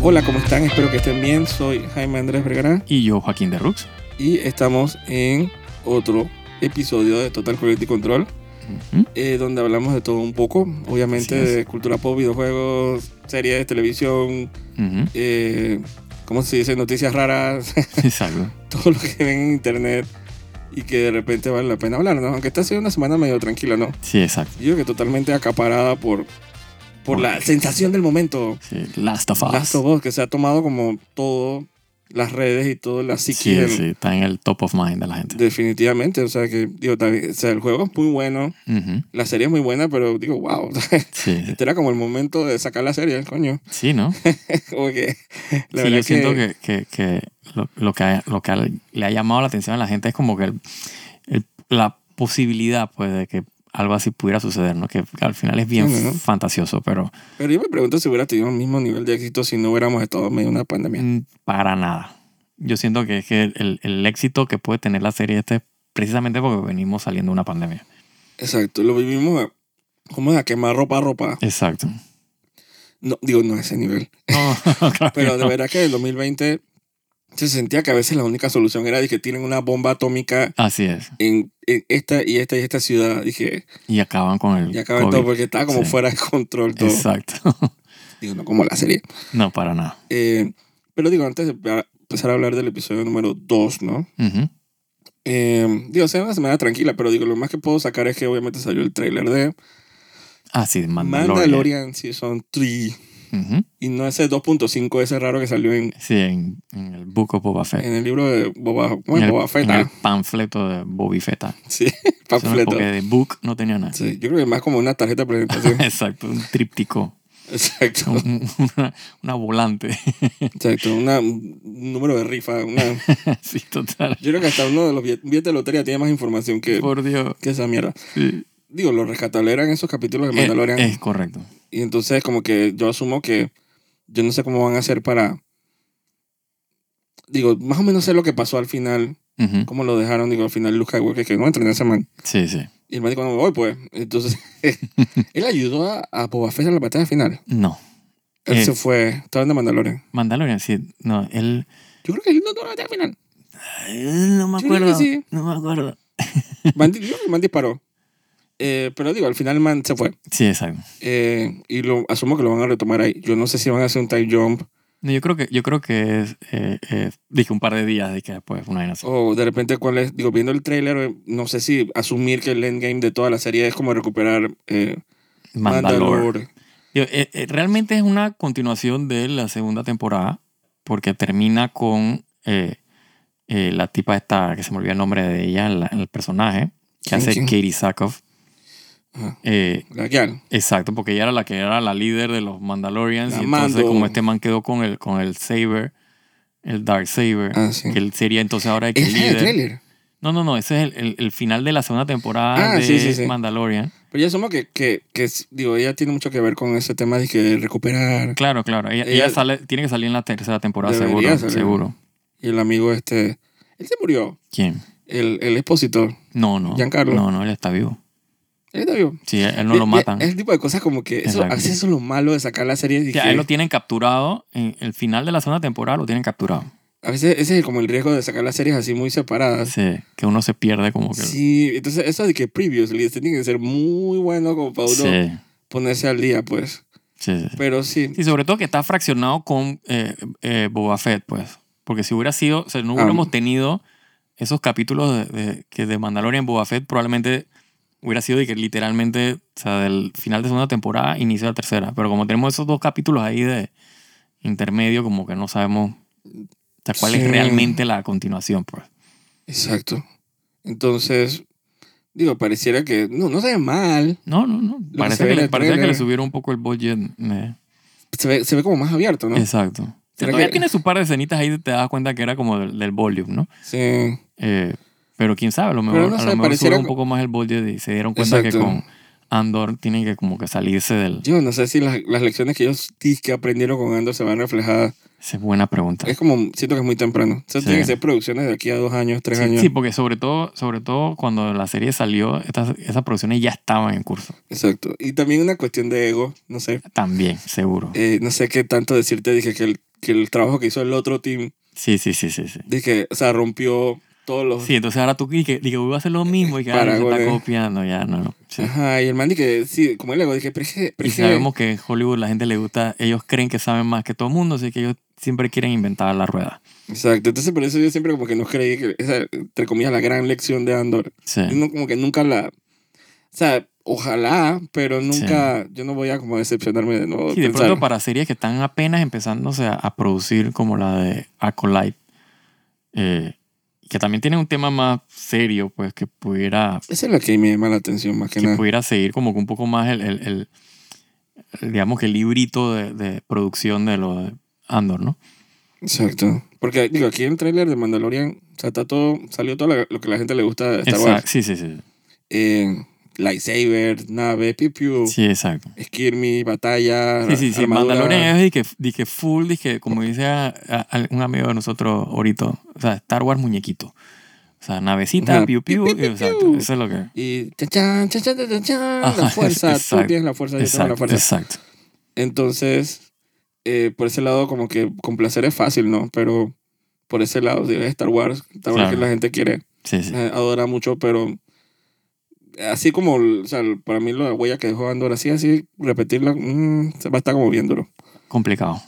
Hola, ¿cómo están? Espero que estén bien. Soy Jaime Andrés Vergara Y yo, Joaquín de Rux. y estamos en otro episodio de Total Quality Control, Ujú. eh, donde hablamos de todo un poco, obviamente Así es. de cultura pop, videojuegos, series de televisión, Ujú. eh, ¿cómo se dice? Noticias raras, Exacto. todo lo que ven en internet y que de repente vale la pena hablar, ¿no? Aunque está siendo una semana medio tranquila, ¿no? Sí, exacto. Yo creo que totalmente acaparada por, por la sensación del momento. Sí, Last of Us. Last of Us, que se ha tomado como todo las redes y toda la psique Sí, del- sí, está en el top of mind de la gente. Definitivamente, o sea que digo, también- o sea, el juego es muy bueno, Ujú. la serie es muy buena, pero digo, wow, Sí, sí. este era como el momento de sacar la serie, coño. Sí, ¿no? Como que, la sí, verdad yo es que, siento que, que, que lo, lo que ha- lo que ha- le ha llamado la atención a la gente es como que el- el- la posibilidad pues, de que algo así pudiera suceder, ¿no? Que al final es bien Sí, ¿no? fantasioso, pero Pero yo me pregunto si hubiera tenido el mismo nivel de éxito si no hubiéramos estado en medio de una pandemia. mm, para nada. Yo siento que es que el, el éxito que puede tener la serie este es precisamente porque venimos saliendo de una pandemia. Exacto, lo vivimos a- como a quemar ropa a ropa. Exacto. No, digo, no a ese nivel. No, claro que Pero de no. verdad que en el 2020 se sentía que a veces la única solución era de que tienen una bomba atómica Así es. en, en esta y esta y esta ciudad. Dije, Y acaban con el ya acaban Mm, COVID. todo porque estaba como Sí. fuera de control todo. Exacto. Digo, no como la serie. no, para nada. Eh, pero digo, antes de pa- empezar a hablar del episodio número 2, ¿no? Ujú. Eh, digo, o sea, una semana tranquila, pero digo, lo más que puedo sacar es que obviamente salió el tráiler de Ah, sí, Mandalorian. Mandalorian Season 3. Ujú. Y no ese 2.5, ese raro que salió en, Sí, en, en el Book of Boba Fett. en el libro de Boba, ¿cómo es? en el, Boba Fett. en el ah. panfleto de Bobby Feta. Sí, Eso no es panfleto. Porque de Book no tenía nada. Sí, yo creo que más como una tarjeta de presentación. Exacto, un tríptico. exacto, un- una, una volante. exacto. Una, un número de rifa. Una, sí, total. yo creo que hasta uno de los billet- billetes de lotería tiene más información que, Por Dios. que esa mierda. sí. Digo, lo rescatable eran esos capítulos de Es, Mandalorian. es correcto. Y entonces como que yo asumo que yo no sé cómo van a hacer para... Digo, más o menos sé lo que pasó al final, Ujú. cómo lo dejaron, digo, al final Luke Skywalker que no entrené a ese man. Sí, sí. Y el man dijo, no me voy, pues. Entonces, él ayudó a, a Boba Fett en la batalla final. No. Él Eh. se fue, estaba en The Mandalorian. Mandalorian, sí. No, él. Yo creo que él no tuvo la batalla final. Ay, No me Yo creo que acuerdo. sí. No me acuerdo. Man, di- yo creo que el man disparó. Eh, pero digo, al final el man se fue. Sí, exacto. Eh, y lo, asumo que lo van a retomar ahí. Yo no sé si van a hacer un time jump No, yo creo que, yo creo que es, eh, eh, dije un par de días de que después una vaina así. O de repente, ¿cuál es? Digo, viendo el trailer, eh, no sé si asumir que el endgame de toda la serie es como recuperar eh, Mandalore. Mandalore. Yo, eh, eh, realmente es una continuación de la segunda temporada porque termina con eh, eh, la tipa esta, que se me olvidó el nombre de ella, la- el personaje, que ¿Quién, hace quién? Katie Sackhoff. Ajá. Eh, La Gyal. Exacto, porque ella era la que era la líder de los Mandalorians. La y entonces, mando. como este man quedó con el, con el Saber, el Dark Saber, Ah, sí. que él sería entonces ahora el, que Esa es el líder. trailer. No, no, no, ese es el, el- el final de la segunda temporada Ah, de sí, sí, sí. Mandalorian. Pero yo asumo que, que, que, s- digo, ella tiene mucho que ver con ese tema de que recuperar. Claro, claro. Ella, Ella- ella sale, tiene que salir en la tercera temporada, Debería seguro. salir. Seguro. Y el amigo este. Él se murió. ¿Quién? El, el expositor. No, no. Giancarlo. No, no, él está vivo. Él está vivo. Sí, él, él no Y- lo y matan. Es el tipo de cosas como que. Eso, Exacto. a veces eso es lo malo de sacar la serie. y O sea, que él lo tienen capturado. En el final de la segunda temporada lo tienen capturado. a veces ese es como el riesgo de sacar las series así muy separadas. Sí, que uno se pierde como que. Sí, entonces eso de que previously este tiene que ser muy bueno como para uno sí, ponerse al día, pues. sí, sí. sí. Pero sí, Sí, sobre todo que está fraccionado con eh, eh, Boba Fett, pues. Porque si hubiera sido, o sea, no Ah. hubiéramos tenido esos capítulos de, de- que de Mandalorian Boba Fett, probablemente hubiera sido de que literalmente, o sea, del final de segunda temporada, inicio de la tercera. Pero como tenemos esos dos capítulos ahí de intermedio, como que no sabemos o sea, cuál Sí. es realmente la continuación, pues. exacto. Entonces, digo, pareciera que no, no se ve mal. No, no, no. que se Parece ve que, en le, el parece que le tráiler. subieron un poco el budget. eh. Se ve, se ve como más abierto, ¿no? Exacto. O sea, ¿Será todavía que- tiene su par de escenitas ahí, te das cuenta que era como del, del volume, ¿no? Sí, Eh, pero quién sabe, a lo mejor, no a sé, lo mejor pareciera subió un co- poco más el budget y se dieron cuenta que Exacto. con Andor tienen que como que salirse del... yo no sé si las, las lecciones que ellos di- que aprendieron con Andor se van reflejadas. Esa es buena pregunta. Es como, siento que es muy temprano. O sea, Sí. tienen que ser producciones de aquí a dos años, tres Sí, años. sí, porque sobre todo, sobre todo cuando la serie salió, estas, esas producciones ya estaban en curso. Exacto. Y también una cuestión de ego, no sé. También, seguro. Eh, no sé qué tanto decirte, dije que el que el trabajo que hizo el otro team. Sí, sí, sí, sí. sí. De que, o sea, rompió todos los. Sí, entonces ahora tú dije, dije voy a hacer lo mismo y que ahora Para, se está güey. copiando, ya, no, no. sí. Ajá, y el man dije, sí, como él le dije, pero es que. pero Y es que- sabemos que en Hollywood la gente le gusta, ellos creen que saben más que todo el mundo, así que ellos siempre quieren inventar la rueda. Exacto, entonces por eso yo siempre como que no creí que esa, entre comillas, la gran lección de Andor. Sí. Yo no- como que nunca la. O sea, ojalá, pero nunca. Yo no voy a como decepcionarme de nuevo. Sí, de pensar. pronto para series que están apenas empezándose a, a producir, como la de Acolyte, eh, que también tiene un tema más serio, pues que pudiera, Esa es la que me llama la atención más que, que nada. pudiera seguir como que un poco más el, el- el- el, digamos que el librito de, de producción de lo de Andor, ¿no? Exacto. Porque, digo, aquí en el tráiler de Mandalorian, o sea, está todo, salió todo la- lo que la gente le gusta de Star Exacto. Wars. Sí, sí, sí. Eh, lightsaber, nave, piu, piu, Sí, exacto. esquirmi, batalla, Sí, sí, sí. armadura. Mandalorian es dije, dije full, dije, como dice a- a- a un amigo de nosotros ahorita, o sea, Star Wars muñequito. O sea, navecita, Ajá. piu piu, Piu, piu, piu, exacto. piu. Eso es lo que. Y chan, chan, chan, chan, chan, chan, Ajá, la fuerza. exacto. Tú tienes la fuerza, yo tengo la Exacto, fuerza. exacto. Entonces, eh, por ese lado, como que complacer es fácil, ¿no? Pero por ese lado, si ves Star Wars, Star Wars Claro. que la gente quiere, Sí, sí. eh, adora mucho, pero así como, o sea, para mí la huella que dejó Andor así, así, repetirla, mm, se va a estar como viéndolo. Complicado.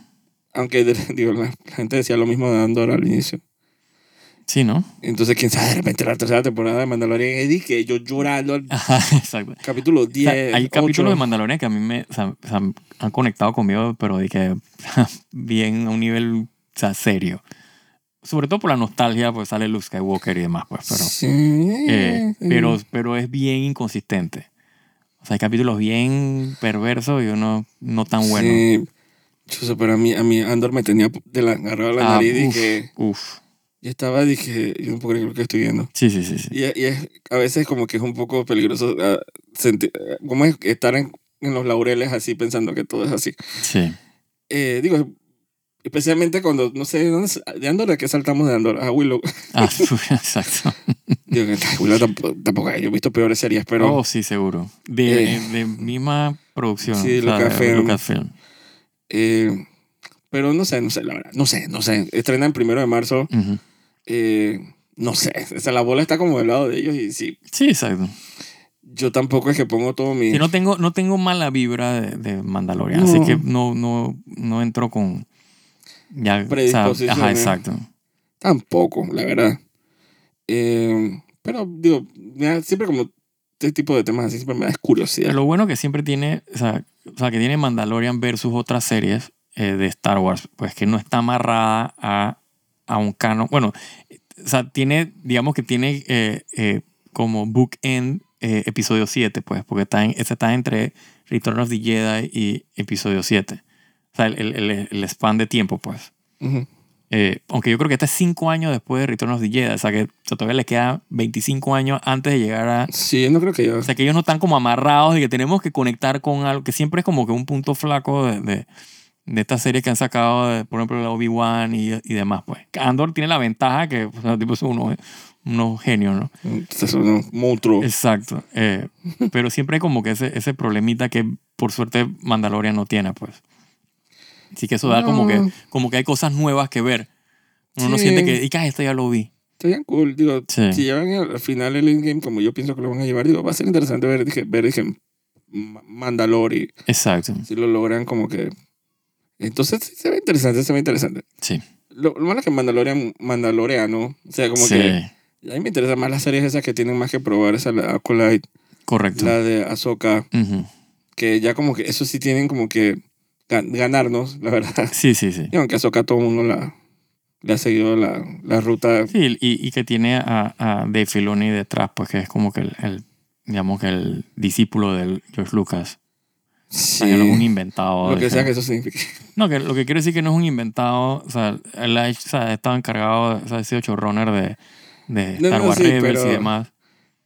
Aunque, de- digo, la, la gente decía lo mismo de Andor al inicio. Sí, ¿no? Entonces, quién sabe, de repente la tercera temporada de Mandalorian, Eddie, que yo llorando al Ajá, exacto. O capítulo 10. sea, hay capítulos de ocho. Mandalorian que a mí me o sea, o sea, han conectado conmigo, pero dije bien a un nivel o sea, serio. Sobre todo por la nostalgia, pues sale Luke Skywalker y demás, pues. Pero, Sí, eh, sí. pero, pero es bien inconsistente. O sea, hay capítulos bien perversos y uno no tan bueno. Sí. Chuzo, pero a mí, a mí Andor me tenía de la agarrada la Ah, nariz y uf, que uf. yo estaba, dije, yo no puedo creer lo que estoy viendo. Sí, sí, sí. sí. Y, es- y es, a veces como que es un poco peligroso ah, senti- ah, como es estar en, en los laureles así pensando que todo es así. Sí. Eh, digo, especialmente cuando, no sé, ¿dónde s- ¿de Andor a qué saltamos de Andor? A Willow. Ah, exacto. Digo, que, ay, Willow tampoco, tampoco, yo he visto peores series, pero oh, sí, seguro. De, Eh. de misma producción. Sí, o sea, de Lucasfilm. Lucasfilm. eh, pero no sé, no sé, la verdad, no sé, no sé. Estrenan primero de marzo. Ujú. eh, no sé, o sea, la bola está como del lado de ellos y sí, Sí, exacto. yo tampoco es que pongo todo mi... Sí, no, tengo, no tengo mala vibra de, de Mandalorian, No. así que no, no, no entro con... Ya, o sea, Predisposiciones. ajá, exacto. Tampoco, la verdad. Eh, pero digo, me da- siempre como este tipo de temas así siempre me da curiosidad. Pero lo bueno que siempre tiene, o sea, o sea, que tiene Mandalorian versus otras series eh, de Star Wars, pues que no está amarrada a, a un canon. Bueno, eh, o sea, tiene, digamos que tiene eh, eh, como bookend eh, episodio 7, pues, porque está, en, esta está entre Return of the Jedi y episodio 7. O sea, el, el- el- el span de tiempo, pues. Ujú. Eh, aunque yo creo que este es 5 años después de Return of the Jedi, o sea, que o sea, todavía le queda 25 años antes de llegar a Sí, yo no creo que yo... o sea, que ellos no están como amarrados y que tenemos que conectar con algo, que siempre es como que un punto flaco de, de, de estas series que han sacado, de, por ejemplo, la Obi-Wan y, y demás. Pues Andor tiene la ventaja que pues, los tipos son unos, unos genios, ¿no? Este es un monstruo. Exacto. Eh, pero siempre hay como que ese, ese problemita que por suerte Mandalorian no tiene, pues. Así que eso da como, que, No. como que hay cosas nuevas que ver. Uno no Sí. siente que, y que "Ah, esto ya lo vi. Está bien cool. Digo, Sí. si llevan al al final el endgame como yo pienso que lo van a llevar, digo, va a ser interesante ver, dije, ver dije, Ma- Mandalori, Exacto. si lo logran como que... Entonces sí, se ve interesante, se ve interesante. Sí. Lo, lo malo es que Mandalorian, Mandaloreano, o sea, como Sí. que a mí me interesan más las series esas que tienen más que probar, esa la Acolyte, Correcto. la de Ahsoka, Ujú. que ya como que eso sí tienen como que gan- ganarnos, la verdad. Sí, sí, sí. Y aunque Ahsoka todo el mundo la, le ha seguido la, la ruta. Sí, y, y que tiene a, a Dave Filoni detrás, pues que es como que el, el, digamos que el discípulo de George Lucas. O Sí, sea, que no es un inventado. lo que de- sea que eso signifique. No, que lo que quiero decir que no es un inventado. O sea, él ha hecho- o sea, estaba encargado, o sea, ha sido showrunner de, de No, Star no, Wars sí, Rebels y pero- demás.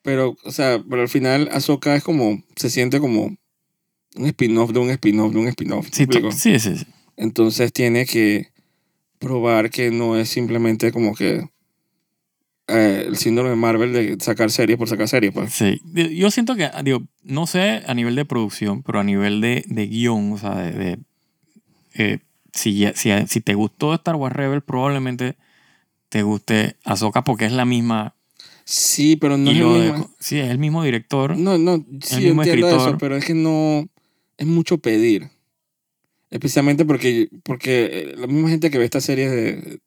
Pero, o sea, pero al final Ahsoka es como, se siente como un spin-off de un spin-off de un spin-off. ¿me Sí, to- explico? sí, sí, sí. Entonces tiene que probar que no es simplemente como que eh, el síndrome de Marvel de sacar series por sacar series, pues. Sí. Di- Yo siento que, digo, no sé a nivel de producción, pero a nivel de, de guión, o sea, de, de, eh, si, ya- si, si te gustó Star Wars Rebel, probablemente te guste Ahsoka porque es la misma. Sí, pero no es el hilo de mismo- ¿eh? co- sí, es el mismo director. No, no, sí, yo mismo entiendo eso, escritor. pero es que no. Es mucho pedir. Especialmente porque, porque eh, la misma gente que ve estas series de.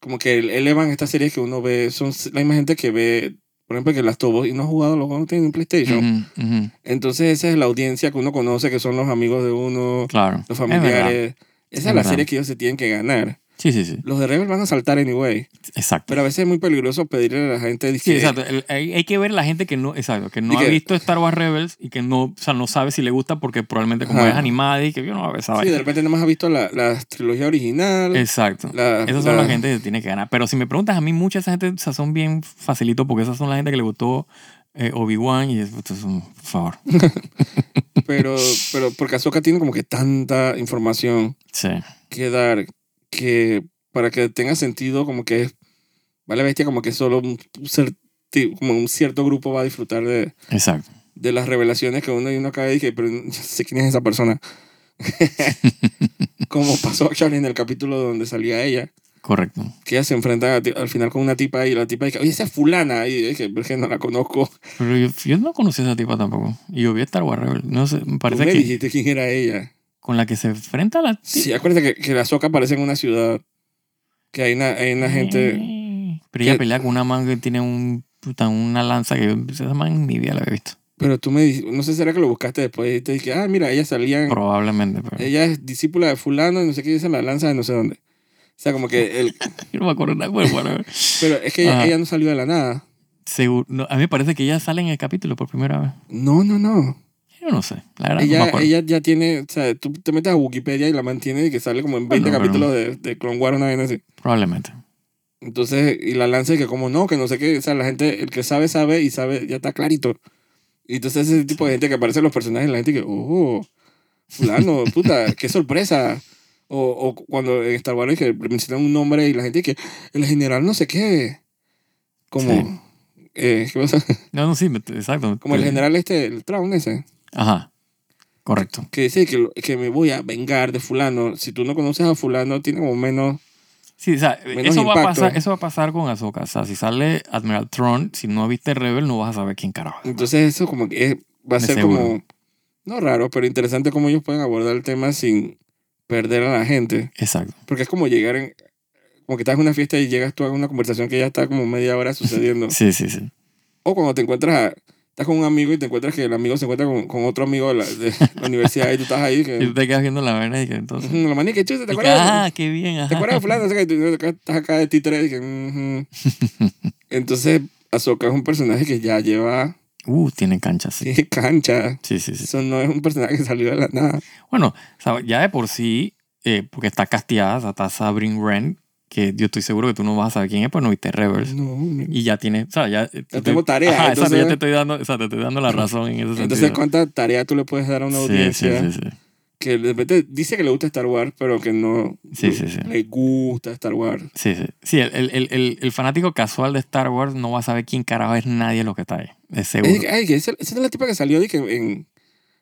Como que elevan estas series que uno ve. Son s- la misma gente que ve, por ejemplo, que las tuvo y no ha jugado los juegos, no tienen un PlayStation. Ujú, ujú, Entonces, esa es la audiencia que uno conoce, que son los amigos de uno, claro. los Es verdad. familiares. Esa es, Es la verdad. serie que ellos se tienen que ganar. Sí, sí, sí. Los de Rebel van a saltar anyway. Exacto. Pero a veces es muy peligroso pedirle a la gente. Sí, que- exacto. El- hay, hay que ver la gente que no, exacto, que no Y ha que- visto Star Wars Rebels y que no, o sea, no sabe si le gusta porque probablemente como Ajá. es animada y que yo no voy a ver esa Sí, vaina. de repente nada más ha visto la, la trilogía original. Exacto. La- Esas son la- las gente que tiene que ganar. Pero si me preguntas a mí, mucha esa gente o sea, son bien facilito porque esas son la gente que le gustó eh, Obi-Wan y es, esto es un- por favor. Pero, pero porque Azoka tiene como que tanta información Sí. que dar que para que tenga sentido como que es vale bestia como que solo un, cer- ti- como un cierto grupo va a disfrutar de, Exacto. de las revelaciones que uno y uno acaba de decir, pero yo sé quién es esa persona. como pasó Charlie en el capítulo donde salía ella, Correcto. que ella se enfrenta a ti- al final con una tipa y la tipa dice, oye, esa es fulana, y yo dije, pero es que no la conozco. Pero yo, yo no conocí a esa tipa tampoco. Y yo vi Star Wars Rebels. No sé, me Tú parece me que dijiste quién era ella. con la que se enfrenta la tipa. Sí, acuérdate que, que la soca aparece en una ciudad. Que hay una, hay una gente. Eh. Pero ella que- pelea con una man que tiene un, puta, una lanza que yo, esa man en mi vida la había visto. Pero, Pero tú me dijiste, no sé, será que lo buscaste después. Y te dije, ah, mira, ella salía. en- Probablemente, pero ella es discípula de Fulano y no sé qué, dice la lanza de no sé dónde. O sea, como que. El, yo no me acuerdo nada. Bueno, bueno, pero es que ella, Ajá. ella no salió de la nada. seguro- no, a mí me parece que ella sale en el capítulo por primera vez. No, no, no. Yo no sé, la verdad no me Ella, acuerdo. ella ya tiene. O sea, tú te metes a Wikipedia y la mantiene y que sale como en 20 Bueno, pero- capítulos de, de Clone War, una vez así. Probablemente. Entonces, y la lanza y que como no, que no sé qué, o sea, la gente, el que sabe, sabe y sabe, ya está clarito. Y entonces ese tipo de gente que aparece en los personajes, la gente que, oh, fulano, puta, qué sorpresa. O, o cuando en Star Wars que mencionan un nombre y la gente que, el general no sé qué. Como, eh, ¿qué pasa? No, no, sí, me- exacto. Como el Eh, general este, el Traun ese, Ajá, correcto. que dice que, lo- que me voy a vengar de fulano. Si tú no conoces a fulano, tiene como menos... Sí, o sea, Menos eso va, a impacto. ¿eh? pasar, eso va a pasar con Ahsoka. O sea, si sale Admiral Tron, si no viste Rebel, no vas a saber quién carajo. es. Entonces eso como que es- va a De ser seguro. como, no raro, pero interesante cómo ellos pueden abordar el tema sin perder a la gente. Exacto. Porque es como llegar en, como que estás en una fiesta y llegas tú a una conversación que ya está como media hora sucediendo. Sí, sí, sí. o cuando te encuentras, a- estás con un amigo y te encuentras que el amigo se encuentra con, con otro amigo de la, de la universidad y tú estás ahí. Y tú Que, te quedas viendo la vaina y que entonces... "Ujú, la maní que chiste, ¿te Y que, acuerdas? ah, qué bien, ajá. ¿Te acuerdas de fulano? O sea, que tú acá- estás acá de títere y que, "Ujú". Entonces, Azoka es un personaje que ya lleva Uh, tiene canchas. Sí, tiene cancha. sí, sí. sí. Eso no es un personaje que salió de la nada. Bueno, o sea, ya de por sí, eh, porque está casteada, o sea, está Sabrina Wren, que yo estoy seguro que tú no vas a saber quién es, pues no viste Rebels. No, mi- Y ya tiene, o sea, ya... Yo tengo tarea, entonces- ¿eh? ya te estoy dando, o sea, te estoy dando la razón en ese sentido. Entonces, ¿cuánta tarea tú le puedes dar a una sí, sí, audiencia sí, sí. que de repente dice que le gusta Star Wars, pero que no Sí, sí, sí. le gusta Star Wars? Sí, sí. Sí, el, el- el- el- el fanático casual de Star Wars no va a saber quién carajo es nadie de lo que está ahí. Es seguro. Es, ay, que esa, esa es la tipa que salió dije, en,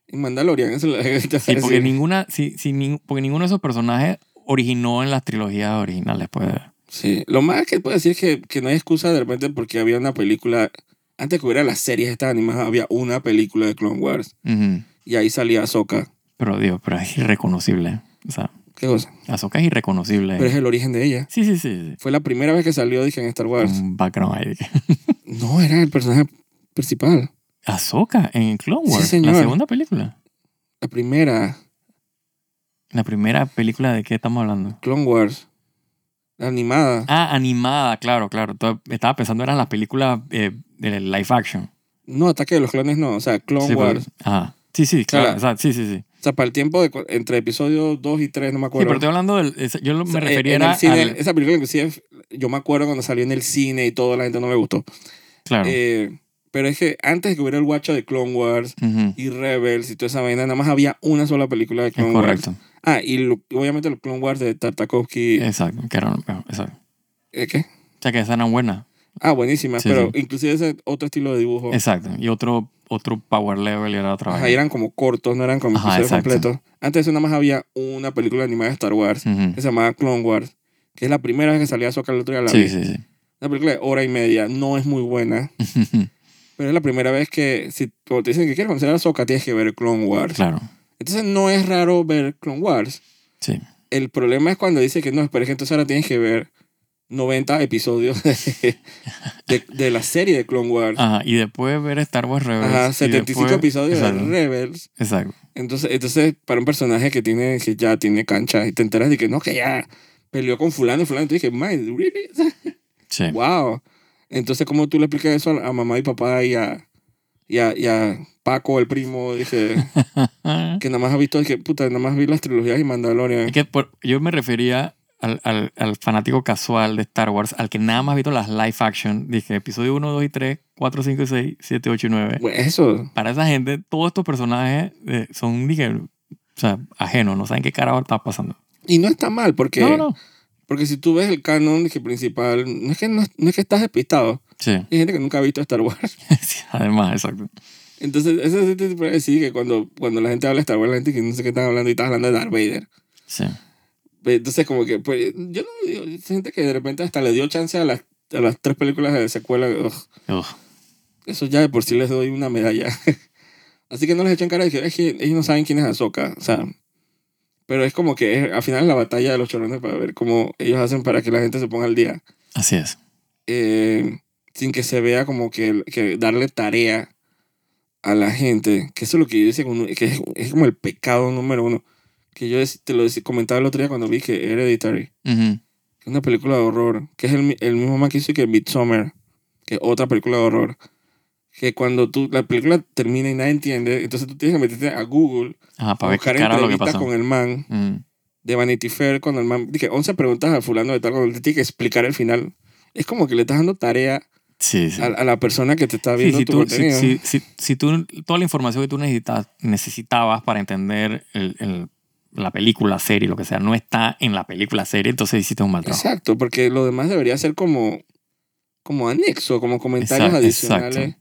en Mandalorian. Esa es la que te Sí, voy a porque decir. ninguna, sí, sí, nin- porque ninguno de esos personajes originó en las trilogías originales. Pues. Sí. Lo más que puedo decir es que, que no hay excusa de repente porque había una película. Antes que hubiera las series estas animadas, había una película de Clone Wars. Ujú. Y ahí salía Ahsoka. Pero digo, pero es irreconocible. O sea, ¿Qué cosa? Ahsoka es irreconocible. Pero es el origen de ella. Sí, sí, sí. sí. Fue la primera vez que salió, dije, en Star Wars. Un background ahí. Mm. No, era el personaje principal. Ahsoka en Clone Sí, Wars. señor. la segunda película. La primera, La primera película de qué estamos hablando. Clone Wars. La animada. Ah, animada, claro, claro. Entonces, Estaba pensando eran las películas eh, de live action. No, Ataque de los Clones no. O sea, Clone Sí, porque- Wars. ajá. Sí, sí, sea, claro. la- o sea, sí, sí, sí. O sea, para el tiempo de, cu- entre episodios 2 y 3, no me Sí, acuerdo. pero estoy hablando del. ese- Yo lo- O me sea, en- refería en el cine, al. Esa película inclusive, yo me acuerdo cuando salió en el cine y todo, la gente no le gustó. Claro. Eh, pero es que antes de que hubiera el guacho de Clone Wars ujú, y Rebels y toda esa vaina, nada más había una sola película de es Clone Wars. correcto. Ah, y lo- y obviamente los Clone Wars de Tartakovsky. Exacto. Que eran. Exacto. ¿eh, ¿Qué? O sea, que esas eran buenas. Ah, buenísimas, Sí, pero sí. inclusive ese otro estilo de dibujo. Exacto. Y otro otro power level y era trabajo. Oh. Ajá, eran como cortos, no eran como Ajá, episodios exacto. completos. Antes de eso nada más había una película animada de Star Wars que se llamaba Clone Wars, que es la primera vez que salía Ahsoka el otro día la vi. Sí, sí, sí. Una película de hora y media, no es muy buena, pero es la primera vez que si o te dicen que quieres conocer a Ahsoka tienes que ver Clone Wars. claro. Entonces no es raro ver Clone Wars. Sí. El problema es cuando dice que no, pero es que entonces ahora tienes que ver 90 episodios de, de, de la serie de Clone Wars. Ajá, y después ver Star Wars Rebels. Ajá, Ah, y 75 después- episodios de Exacto. Rebels. Exacto. Entonces, entonces, para un personaje que tiene que ya tiene cancha y te enteras de que no, que ya peleó con fulano y fulano, entonces dije, man, really? Sí. wow. Entonces, ¿cómo tú le explicas eso a, a mamá y papá y a, y a, y a Paco, el primo? Dije, Ah. que nada más ha visto, que puta, nada más vi las trilogías y Mandalorian. Es que por- yo me refería al, al- al fanático casual de Star Wars, al que nada más ha visto las live action. Dije episodio 1, 2 y 3, 4, 5 y 6, 7, 8 y 9. Bueno, Pues eso, Para esa gente, todos estos personajes eh, son, dije, o sea, ajenos, no saben qué carajo está pasando. y no está mal, porque, No, no. porque si tú ves el canon dije, principal, no es, que no, no es que estás despistado, Sí, hay gente que nunca ha visto Star Wars. sí, además, exacto. Entonces, eso sí te puede decir que cuando, cuando la gente habla de Star Wars, la gente que no sé qué están hablando y estás hablando de Darth Vader. Sí, Entonces, como que, pues, yo no digo, hay gente que de repente hasta le dio chance a las, a las tres películas de secuela. Ugh, Uf, eso ya de por sí les doy una medalla. Así que no les echen cara de que, es que ellos no saben quién es Ahsoka. O sea, pero es como que es, al final es la batalla de los chorones para ver cómo ellos hacen para que la gente se ponga al día. así es. eh, sin que se vea como que, que darle tarea a la gente, que eso es lo que yo decía, como- que es, es como el pecado número uno, que yo dec- te lo dec- comentaba el otro día cuando vi que Hereditary, Ujú. que es una película de horror, que es el, mi- el mismo man que hizo que Midsommar, que es otra película de horror, que cuando tú, la película termina y nadie entiende, entonces tú tienes que meterte a Google Ajá, a para ver qué buscar carajo es lo que entrevistas pasó. con el man Mm, de Vanity Fair, cuando el man, dije, 11 preguntas a fulano de tal, cuando él te tiene que explicar el final. Es como que le estás dando tarea Sí, sí. a, a la persona que te está Sí, viendo si tu tú, si, contenido. si- si- si tú, toda la información que tú necesitas, necesitabas para entender el- el- la película, serie, lo que sea, no está en la película, serie, entonces hiciste un mal trabajo. Exacto, porque lo demás debería ser como, como anexo, como comentarios Exacto, adicionales. exacto.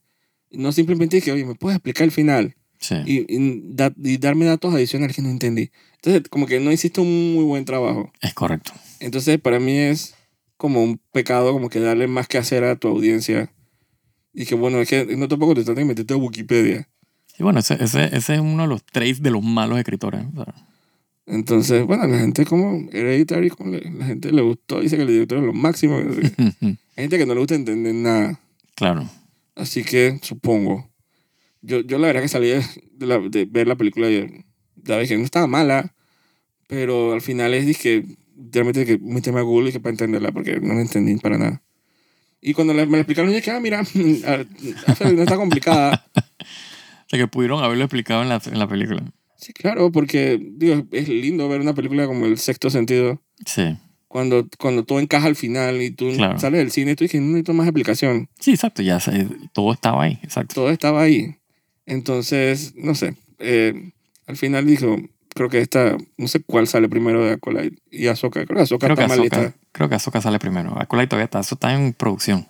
No simplemente que, oye, ¿me puedes explicar el final? Sí, Y, y da- y darme datos adicionales que no entendí. Entonces, como que no hiciste un muy buen trabajo. es correcto. Entonces, para mí es como un pecado como que darle más que hacer a tu audiencia. Y que, bueno, es que no tampoco te traten de meterte a Wikipedia. Y bueno, ese, ese, ese es uno de los traits de los malos escritores. ¿eh? o sea, Entonces, bueno, la gente como Hereditary, como le- la gente le gustó, dice que el director es lo máximo. que no sé qué. Hay gente que no le gusta entender nada. claro. Así que supongo. Yo, yo la verdad que salí de, de la- de ver la película y la vez que no estaba mala, pero al final es dije, realmente que me tema Google y que para entenderla porque no la entendí para nada. Y cuando la- me la explicaron, yo dije, ah, mira, a- a- no está complicada. O sea, que pudieron haberlo explicado en la, en la película. Sí, claro, porque digo, es lindo ver una película como El Sexto Sentido, Sí, cuando, cuando todo encaja al final y tú Claro. sales del cine y tú dices, no necesito más explicación. sí, exacto. Ya se- todo estaba ahí, exacto. todo estaba ahí. Entonces, no sé. eh, al final dijo, creo que esta, no sé cuál sale primero de Acolyte y Ahsoka. Creo que Ahsoka Creo que, está mal Ahsoka, lista. creo que Ahsoka sale primero. Acolyte todavía está, eso está en producción.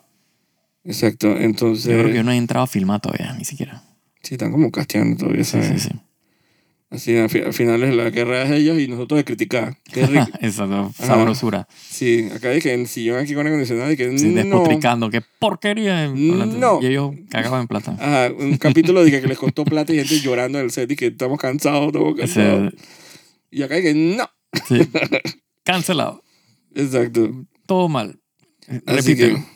Exacto. Entonces, Yo creo que yo no he entrado a filmar todavía, ni siquiera. sí, están como casteando todavía. Sí, ¿sabes? sí, sí. Así, al, fi- al final es la guerra de ellas y nosotros de criticar. Qué rico. Exacto, sabrosura. sí, acá dije, en sillón aquí con acondicionado y que Sí, no. despotricando, qué porquería. eh, No. Y ellos cagaban en plata. Ajá, un capítulo dije que les costó plata y gente llorando en el set y que estamos cansados, estamos cansados. Ese- Y acá dije, no. sí. Cancelado. Exacto. Todo mal. Así Repítelo. que-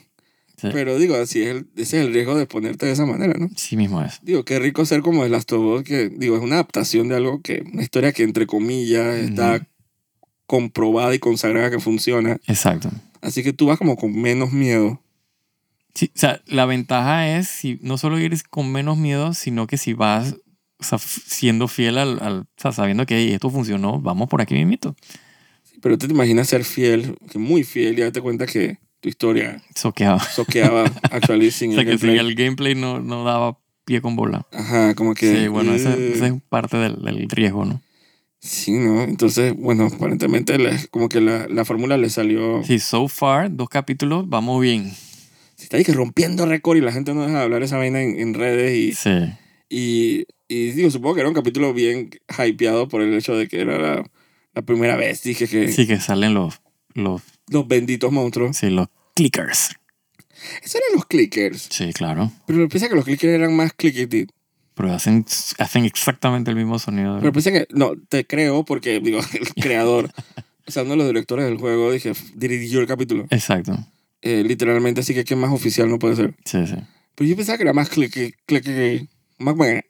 Sí. Pero digo, así es el, ese es el riesgo de ponerte de esa manera, ¿no? Sí mismo es. Digo, qué rico ser como el Last of Us, que digo, es una adaptación de algo que, una historia que entre comillas está Ujú. comprobada y consagrada que funciona. Exacto. Así que tú vas como con menos miedo. Sí, o sea, la ventaja es si, no solo ir con menos miedo, sino que si vas o sea, f- siendo fiel al, al- o sea, sabiendo que "Ey, esto funcionó, vamos por aquí mismito. Pero tú te imaginas ser fiel, que muy fiel, y darte cuenta que tu historia Eso que, o soqueaba actually sin sea, el que si gameplay. el gameplay no, no daba pie con bola. Ajá, como que... Sí, bueno, ese, "Ugh". ese es parte del, del riesgo, ¿no? Sí, ¿no? Entonces, bueno, aparentemente la- como que la, la fórmula le salió... Sí, so far, dos capítulos, vamos bien. Si está ahí que rompiendo récord y la gente no deja de hablar esa vaina en, en redes y... Sí. Y, y digo, supongo que era un capítulo bien hypeado por el hecho de que era la, la primera vez, dije que Sí, que salen los, los, los benditos monstruos. sí, los clickers. Esos eran los clickers. Sí, claro. Pero piensa que los clickers eran más clickety. Pero hacen, hacen exactamente el mismo sonido. Pero piensa que, no, te creo porque, digo, el creador, o sea, uno de los directores del juego, dije, dirigió el capítulo. Exacto. Eh, literalmente, así que qué más oficial no puede ser. Sí, sí. Pero yo pensaba que era más clicky, clicky, más buena.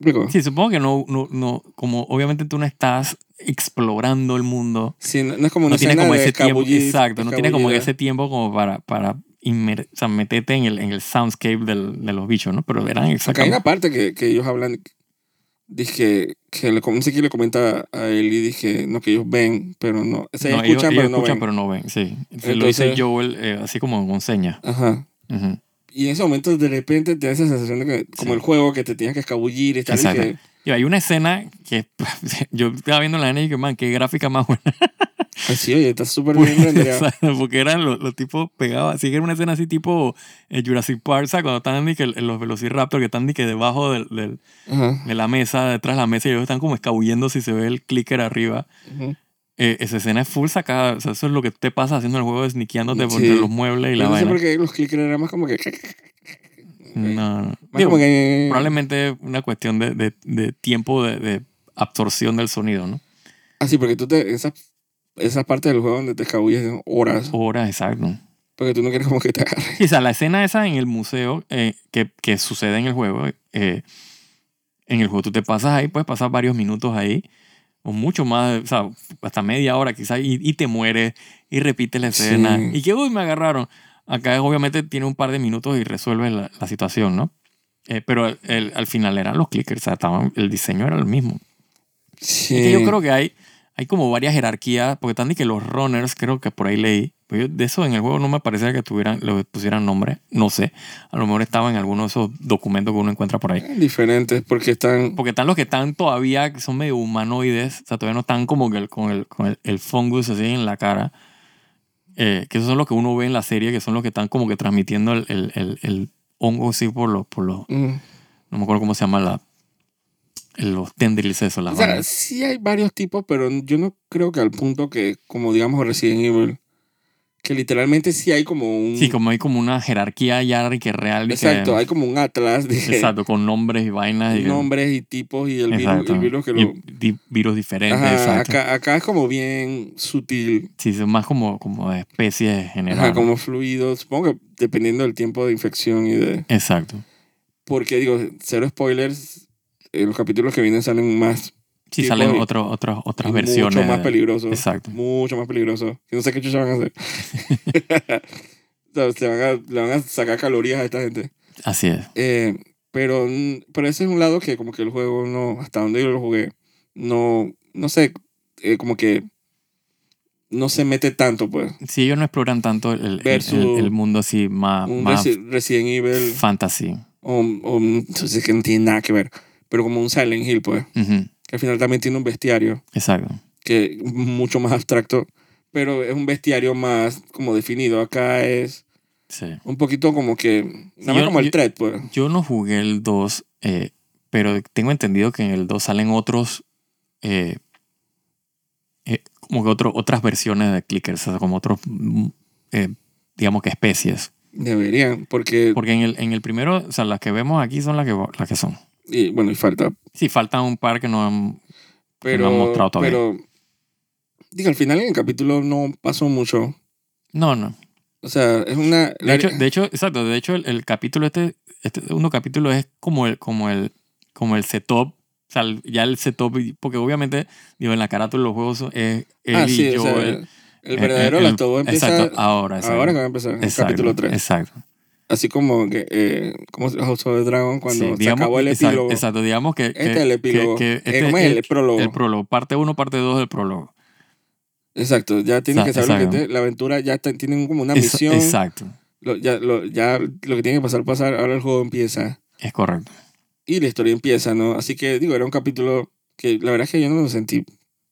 ¿Explico? Sí, supongo que no, no, no, como obviamente tú no estás explorando el mundo, Sí, no, no es como una no tienes escena como de ese tiempo, escabullir- exacto, no tienes como escabullida. ese tiempo como para, para inmer- o sea, meterte en el, en el soundscape del, de los bichos, ¿no? Pero eran Acá hay exactamente... una parte que, que ellos hablan, dije, que le, com- no sé quién le comenta a él y dije, no, que ellos ven, pero no, o sea, no, ellos- escuchan, ellos pero no escuchan, ven. pero no ven, sí. Entonces, lo Entonces- dice Joel eh, así como con señas. Ajá. Ujú. Y en ese momento, de repente, te da esa sensación de que, como Sí. el juego, que te tienes que escabullir y tal, y Exacto. que... Y hay una escena que yo estaba viendo la N y dije, man, qué gráfica más buena. Ay, pues sí, oye, está súper bien rendereado. Pues, Exacto, porque eran los, los tipos pegados. Así que era una escena así tipo eh, Jurassic Park, ¿sabes? Cuando están ni que el- los Velociraptor que están ni que debajo del- del- Ajá. de la mesa, detrás de la mesa, y ellos están como escabullendo si se ve el clicker arriba. Ujú. Eh, esa escena es full sacada. O sea, eso es lo que te pasa haciendo el juego, sniqueándote por Sí. entre los muebles y Yo la no sé por vaina. qué los clickers eran más como que... No, no. Más Digo, como que... Probablemente una cuestión de, de- de tiempo de, de absorción del sonido, ¿no? Ah, sí, porque tú te... Esa, esa parte del juego donde te escabulles son horas. Horas, exacto. Porque tú no quieres como que te agarre. Y, o sea, la escena esa en el museo eh, que, que sucede en el juego, eh, en el juego tú te pasas ahí, puedes pasar varios minutos ahí, o mucho más, o sea, hasta media hora quizás, y, y te mueres, y repites la escena, Sí. y que, uy, me agarraron. Acá obviamente tiene un par de minutos y resuelves la, la situación, ¿no? Eh, pero el- el- al final eran los clickers, o sea, estaban- el diseño era el mismo. Sí. Es que yo creo que hay, hay como varias jerarquías, porque están de que los runners, creo que por ahí leí. Pero yo de eso en el juego no me parecía que tuvieran, le pusieran nombre, no sé. A lo mejor estaba en alguno de esos documentos que uno encuentra por ahí. Diferentes, porque están... Porque están los que están todavía, que son medio humanoides, o sea, todavía no están como que el- con, el, con el, el fungus así en la cara. Eh, que esos son los que uno ve en la serie, que son los que están como que transmitiendo el, el, el- el hongo así por los, por los, Mm. no me acuerdo cómo se llama la, los tendrils esos, las O sea, vainas. sí hay varios tipos, pero yo no creo que al punto que, como digamos Resident Evil, que literalmente sí hay como un... Sí, como hay como una jerarquía ya de que real. de que- Exacto, hay como un atlas de exacto, con nombres y vainas. y que- nombres y tipos y el virus, exacto. el virus que lo... Y di- virus diferentes, Ajá, exacto. acá, acá es como bien sutil, Sí, son más como, como de especies ajá, generales. como fluido, supongo que dependiendo del tiempo de infección y de... Exacto. Porque digo, cero spoilers, en los capítulos que vienen salen más... Sí, Tipo salen y- otro, otro- otras y versiones. Mucho más de- peligroso. Exacto. Mucho más peligroso. Que no sé qué chucha van a hacer. O sea, se van a- le van a sacar calorías a esta gente. Así es. Eh, pero, mm, pero ese es un lado que como que el juego no, hasta donde yo lo jugué, no, no sé, eh, como que no se mete tanto, pues. Sí, ellos no exploran tanto el, el- Versus el- el mundo así más, Un más Resi- Resident Evil, fantasy. o, o un- entonces que no tiene nada que ver, pero como un Silent Hill, pues, Ujú, que al final también tiene un bestiario, Exacto. que es mucho más abstracto, pero es un bestiario más como definido. Acá es Sí. un poquito como que, nada más Yo- como el yo- thread, pues. Yo no jugué el 2, eh, pero tengo entendido que en el 2 salen otros. eh, eh, como que otro- otras versiones de clickers, o sea, como otros. mm, eh, digamos que especies. Deberían, porque, Porque en el, en el primero, o sea, las que vemos aquí son las que, las que son. y, bueno, y falta Sí, faltan un par que no han. que pero, no han mostrado todavía. pero digo, al final en el capítulo no pasó mucho. No, no. O sea, es una... De hecho, de hecho exacto. De hecho, el, el capítulo este, este segundo capítulo es como el, como el, como el setup. O sea, el- ya el setup, porque obviamente, digo, en la carátula de los juegos eh, es él ah, y sí, yo. eh, o sea, el- el, verdadero el- el- la todo empieza em, Exacto, ahora. exacto. ahora que va a empezar, en el Exacto, capítulo 3. Exacto. Así como que, eh, como House of the Dragon, cuando Sí, se digamos- acabó el exacto, epílogo. Exacto, digamos que. Este que- es el epílogo. que- que Eh, este ¿cómo es es el, prólogo? El prólogo, parte 1, parte 2 del prólogo. exacto, ya tienes que Exacto, saber lo que exacto. te- la aventura, ya te- tienen como una Es- misión. exacto, Lo, ya, lo, ya lo que tiene que pasar, pasar, ahora el juego empieza. es correcto. y la historia empieza, ¿no? Así que, digo, era un capítulo que la verdad es que yo no lo sentí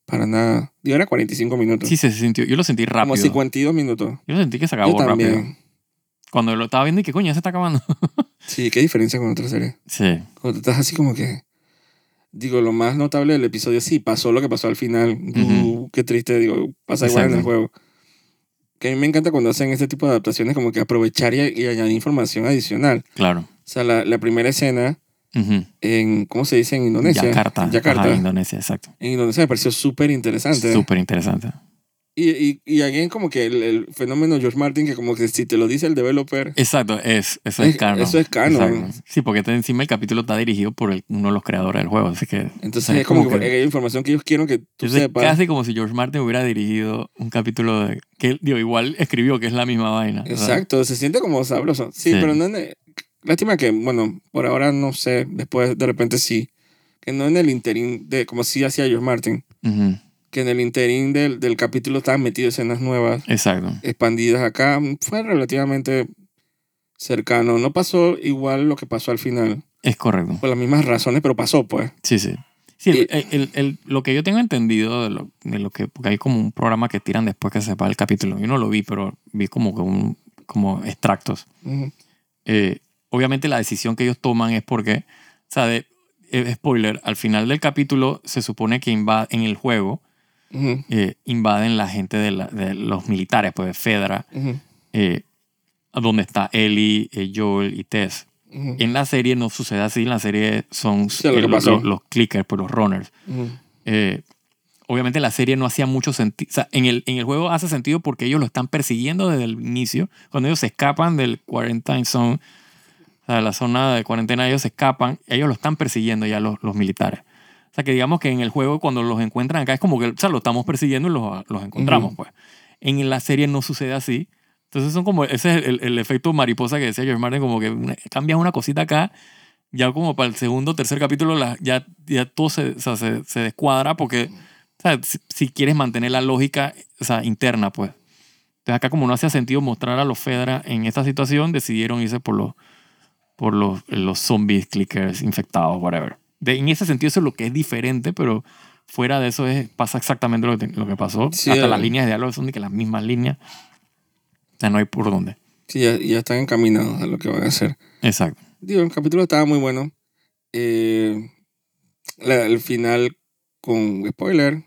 para nada. Digo, era 45 minutos. Sí, se sintió. Yo lo sentí como rápido. 52 minutos. Yo lo sentí que se Yo acabó también. rápido. Cuando lo estaba viendo y que coño, ya se está acabando. Sí, qué diferencia con otra serie. sí. Cuando estás así como que... Digo, lo más notable del episodio, sí, pasó lo que pasó al final. Ujú. Uh, qué triste, digo, pasa igual en el Exacto. juego. Que a mí me encanta cuando hacen este tipo de adaptaciones, como que aprovechar y, y añadir información adicional. Claro. O sea, la, la primera escena Ujú. en, ¿cómo se dice? En Indonesia. Yakarta. En Yakarta. Ajá, Indonesia, exacto. en Indonesia me pareció súper interesante. Súper interesante. Y, y, y again, como que el, el fenómeno George Martin, que como que si te lo dice el developer, Exacto, es, eso es, Es- canon. eso es canon. Exacto. Sí, porque este- encima el capítulo está dirigido por el- uno de los creadores del juego. Así que entonces es como, que, hay información que ellos quieren que tú Yo sé, sepas. casi como si George Martin hubiera dirigido un capítulo de. que digo, igual escribió que es la misma vaina. ¿verdad? Exacto, se siente como sabroso. Sí, Sí. pero no en el- Lástima que, bueno, por ahora no sé, después de repente sí. Que no en el interín, de, como sí hacía George Martin, Ujú, que en el interín del, del capítulo estaban metidos escenas nuevas, Exacto. expandidas acá. Fue relativamente cercano. No pasó igual lo que pasó al final, Es correcto. por las mismas razones, pero pasó, pues. Sí, sí. Sí, el- Y- el- el- el- lo que yo tengo entendido de lo, de lo que. Porque hay como un programa que tiran después que se va el capítulo. Yo no lo vi, pero vi como, que un- como extractos. Ujú. eh, obviamente la decisión que ellos toman es porque, o sea, de- eh, spoiler, al final del capítulo se supone que inva- en el juego Ujú, eh, invaden la gente de, la- de los militares, pues de Fedra, ujú, eh, donde está Ellie, eh, Joel y Tess. ujú, En la serie no sucede así, en la serie son Sí, lo que eh, los, pasó. los- los clickers, pues los runners. ujú. Eh, obviamente la serie no hacía mucho sentido. O sea, en el, en el juego hace sentido porque ellos lo están persiguiendo desde el inicio. Cuando ellos se escapan del quarantine zone, o sea, la zona de cuarentena, ellos se escapan. Ellos lo están persiguiendo ya los, los militares. O sea, que digamos que en el juego cuando los encuentran acá es como que, o sea, lo estamos persiguiendo y los, los encontramos, Ujú. pues. En la serie no sucede así. Entonces son como, ese es el, el efecto mariposa que decía George Martin, como que una- cambias una cosita acá ya como para el segundo o tercer capítulo la- ya, ya todo se, o sea, se, se descuadra porque o sea, si, si quieres mantener la lógica o sea, interna, pues. Entonces acá como no hacía sentido mostrar a los Fedra en esta situación, decidieron irse por los, por los, los zombies, clickers, infectados, whatever. De, en ese sentido eso es lo que es diferente, pero fuera de eso es, pasa exactamente lo que, te- lo que pasó. Sí, Hasta eh. las líneas de diálogo son de que las mismas líneas. O sea, no hay por dónde. Sí, ya, ya están encaminados a lo que van a hacer. Exacto. Digo, el capítulo estaba muy bueno. Eh, la- el final con spoiler,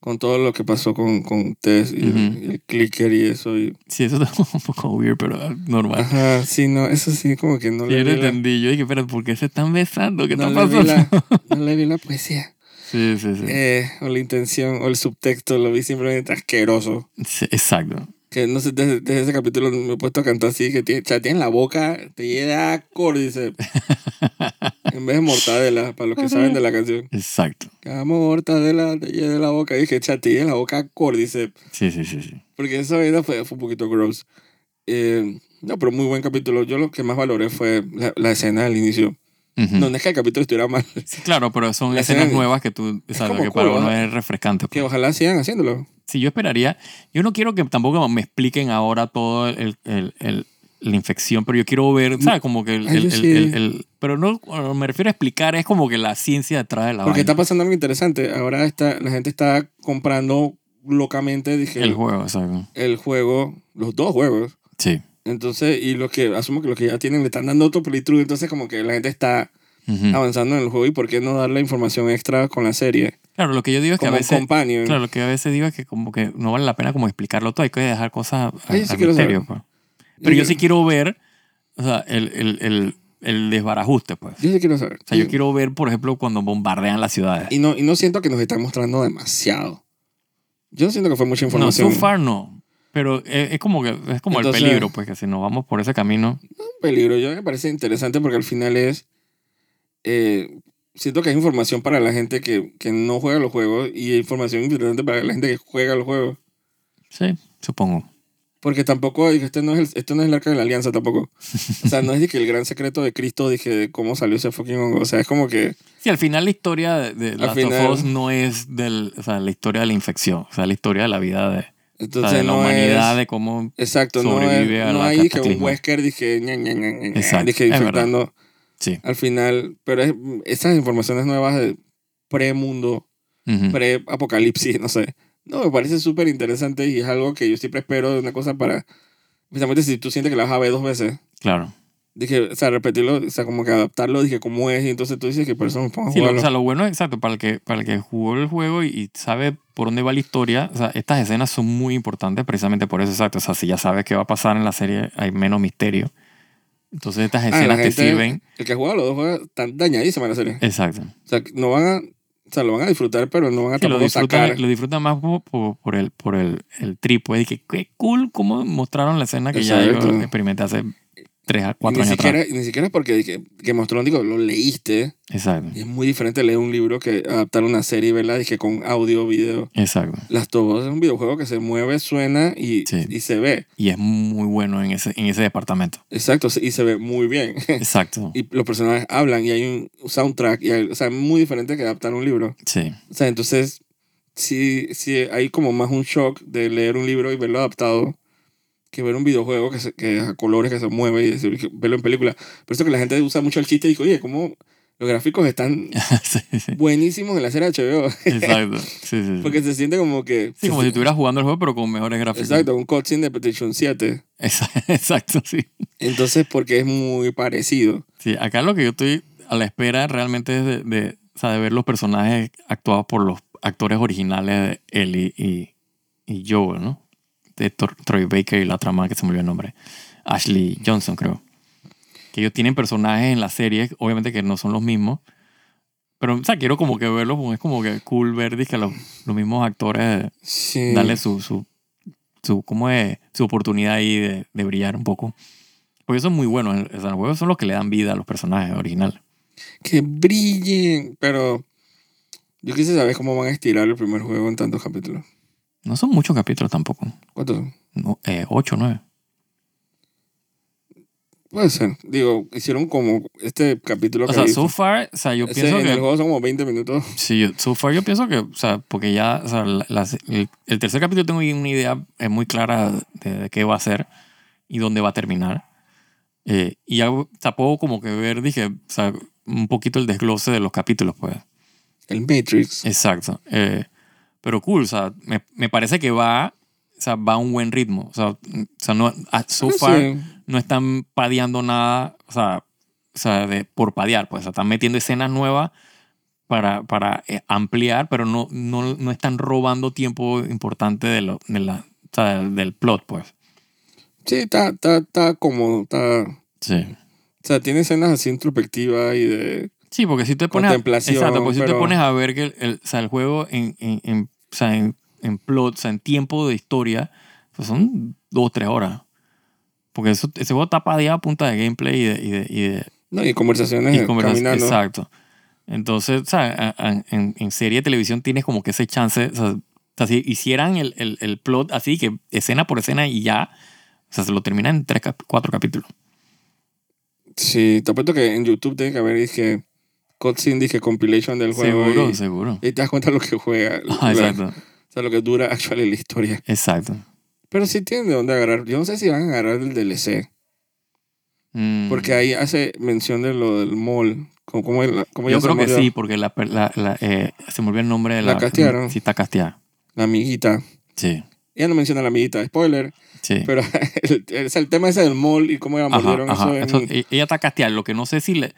con todo lo que pasó con, con Tess y el- Ujú. y el, clicker y eso. y- Sí, eso es un poco weird, pero normal. ajá, sí, no, eso sí, como que no Sí, le lo vi la, entendí. Yo dije, pero ¿por qué se están besando? ¿Qué no está le vi pasando? la- no le vi la poesía. Sí, sí, sí. Eh, o la intención, o el subtexto, lo vi simplemente asqueroso. Sí, Exacto. Que no sé, desde, desde ese capítulo me he puesto a cantar así, que tiene, chatea en la boca, te llega córdice. en vez de mortadela, para los que saben de la canción. Exacto. Cada mortadela te llena la boca. Y dije, chati, en la boca cordice. Sí, sí, sí, sí. Porque esa vaina fue, fue un poquito gross. Eh, no, pero muy buen capítulo. Yo lo que más valoré fue la, la escena del inicio. Ujú. No, no es que el capítulo estuviera mal. Sí, claro, pero son La escenas escena- nuevas que tú, o es sea, lo como que para cool, uno ¿no? es refrescante. Que pues. ojalá sigan haciéndolo. Sí, yo esperaría. Yo no quiero que tampoco me expliquen ahora todo el, el- el- la infección, pero yo quiero ver, ¿sabes? Como que el. Ay, el- yo el- sí. el- el- pero no, cuando me refiero a explicar, es como que la ciencia detrás de la Porque vaina. está pasando algo interesante. Ahora está, la gente está comprando locamente, dije, El el, juego, exacto. juego, los dos juegos. Sí. Entonces, y los que, asumo que los que ya tienen le están dando otro playthrough. Entonces, como que la gente está Ujú. avanzando en el juego. ¿Y por qué no darle información extra con la serie? Claro, lo que yo digo es que a Como un veces. companion. Claro, lo que a veces digo es que como que no vale la pena como explicarlo todo, hay que dejar cosas a- Ay, yo sí al quiero saber. misterio. pues. Pero yo sí quiero ver, o sea, el, el, el, el desbarajuste, pues. Yo sí quiero saber. O sea, yo quiero ver, por ejemplo, cuando bombardean las ciudades. Y no, y no siento que nos están mostrando demasiado. Yo no siento que fue mucha No, información. so far no. Pero e, es, es como que es como Entonces- el peligro, pues, que si nos vamos por ese camino. Un peligro. Yo me parece interesante porque al final es. eh, siento que hay información para la gente que, que no juega los juegos y información interesante para la gente que juega los juegos. Sí, supongo. Porque tampoco, dije, este no es el, esto no es el arca de la alianza tampoco. O sea, no es de que el gran secreto de Cristo, dije, de cómo salió ese fucking hongo. O sea, es como que. Sí, al final la historia de, de Last of final- Us no es del, o sea, la historia de la infección, o sea, la historia de la vida de, o sea, Entonces, de la no humanidad, es- de cómo Exacto, no, sobrevive es- a no la hay que un cataclismo. Wesker dije, ña, ña, ña, ña, ña, Exacto, dije es verdad. infectando Sí. al final, pero es, esas informaciones nuevas de pre-mundo, Ujú. pre-apocalipsis, no sé. No, me parece súper interesante y es algo que yo siempre espero de una cosa para Precisamente si tú sientes que la vas a ver dos veces. Claro. Dije, o sea, repetirlo, o sea, como que adaptarlo, dije, ¿cómo es? Y entonces tú dices que por eso me pongo a Sí, lo, jugarlo. o sea, lo bueno, exacto, para el que, para el que jugó el juego y, y sabe por dónde va la historia, o sea, estas escenas son muy importantes precisamente por eso, exacto. O sea, si ya sabes qué va a pasar en la serie, hay menos misterio. Entonces estas Ah, la escenas te gente- sirven. El que ha jugado los dos juegos están dañadísimos en la serie. Exacto. O sea, no van a, o sea, lo van a disfrutar, pero no van a Sí, lo, tampoco sacar. disfrutan, lo disfrutan más po- po- por, el, por el, el tripo. Es que qué cool cómo mostraron la escena que ya Exacto. yo experimenté hace 3 a Y 4 ni años siquiera, atrás. ni siquiera porque dije, que mostró, digo, lo leíste. Exacto. Y es muy diferente leer un libro que adaptar una serie, ¿verdad? Dije, con audio, video. Exacto. Las dos es un videojuego que se mueve, suena y, Sí. y se ve. Y es muy bueno en ese, en ese departamento. Exacto, se- y se ve muy bien. Exacto. y los personajes hablan y hay un soundtrack. Y hay- o sea, es muy diferente que adaptar un libro. Sí. O sea, entonces, sí, sí hay como más un shock de leer un libro y verlo adaptado que ver un videojuego que, se- que a colores que se mueve y decir, que- verlo en película. Por eso que la gente usa mucho el chiste y dice, oye, ¿cómo los gráficos están sí, sí. buenísimos en la serie HBO? Exacto. Sí, sí, sí. Porque se siente como que... Sí, como si estuvieras jugando el juego, pero con mejores gráficos. Exacto, un cutscene de Petition 7. Exa- Exacto, sí. Entonces, porque es muy parecido. Sí, acá lo que yo estoy a la espera realmente es de, de, o sea, de ver los personajes actuados por los actores originales de Ellie y, y Joel, ¿no? De Tor- Troy Baker y la trama que se me olvidó el nombre. Ashley Johnson, creo. Que ellos tienen personajes en la serie, obviamente que no son los mismos. Pero, o sea, quiero como que verlos, porque es como que cool ver que los, los mismos actores Sí. darle su, su, su, ¿cómo es? su oportunidad ahí de, de brillar un poco. Porque eso es muy bueno. o sea, los juegos son los que le dan vida a los personajes originales. Que brillen. Pero yo quise saber cómo van a estirar el primer juego en tantos capítulos. No son muchos capítulos tampoco. ¿Cuántos son? No, eh, ocho, nueve. Puede ser. Digo, hicieron como este capítulo O que sea, vi- so far, o sea, yo ese- pienso en el que... juego son como 20 minutos. Sí, yo- so far yo pienso que, o sea, porque ya, o sea, la- las- el, el tercer capítulo tengo una idea eh, muy clara de, de qué va a ser y dónde va a terminar. Eh, y ya o sea, puedo como que ver, dije, o sea, un poquito el desglose de los capítulos, pues. El Matrix. Exacto. Eh, pero cool, o sea, me, me parece que va, o sea, va a un buen ritmo. O sea, mm, o sea, no, a- so Sí. far no están padeando nada, o sea, o sea, de, por padear, pues, o sea, están metiendo escenas nuevas para, para eh, ampliar, pero no, no, no están robando tiempo importante de lo- de la, o sea, del, del plot, pues. Sí, está, está, está cómodo. Está... O Sí. sea, tiene escenas así introspectivas y de... Sí, porque si te pones a, Contemplación, exacto, porque si te pero- pones a ver que el, el- o sea, el juego en, en, en- o sea, en- en plot, o sea, en tiempo de historia, pues son dos o tres horas. Porque eso, ese juego está padeado a punta de gameplay y de, y de, y de- No, y conversaciones y conversa- Eh, caminando. Exacto. Entonces, o sea, a- a- en, en serie de televisión tienes como que ese chance. O sea, o sea, si hicieran el, el, el plot así, que escena por escena y ya, o sea, se lo terminan en tres, cap- cuatro capítulos. Sí, te apuesto que en YouTube tiene que haber, dije, cutscene, dije, compilation del juego. Seguro, y, seguro. y te das cuenta lo que juega. Ah, la- exacto, o sea, lo que dura actual en la historia. exacto. Pero sí tienen de dónde agarrar. Yo no sé si van a agarrar el DLC. Mm. Porque ahí hace mención de lo del mall. Como, como, el- como Yo ella se creo que murió, sí, porque la, per- la- la, eh, se me olvidó el nombre de la. La castearon. Sí, está casteada. La amiguita. Sí, Ella no menciona a la amiguita, spoiler. sí. Pero el, el- o sea, el tema ese del mall y cómo la Ajá, mordieron eso ajá. en, Eso- e- ella está casteada, lo que no sé si le.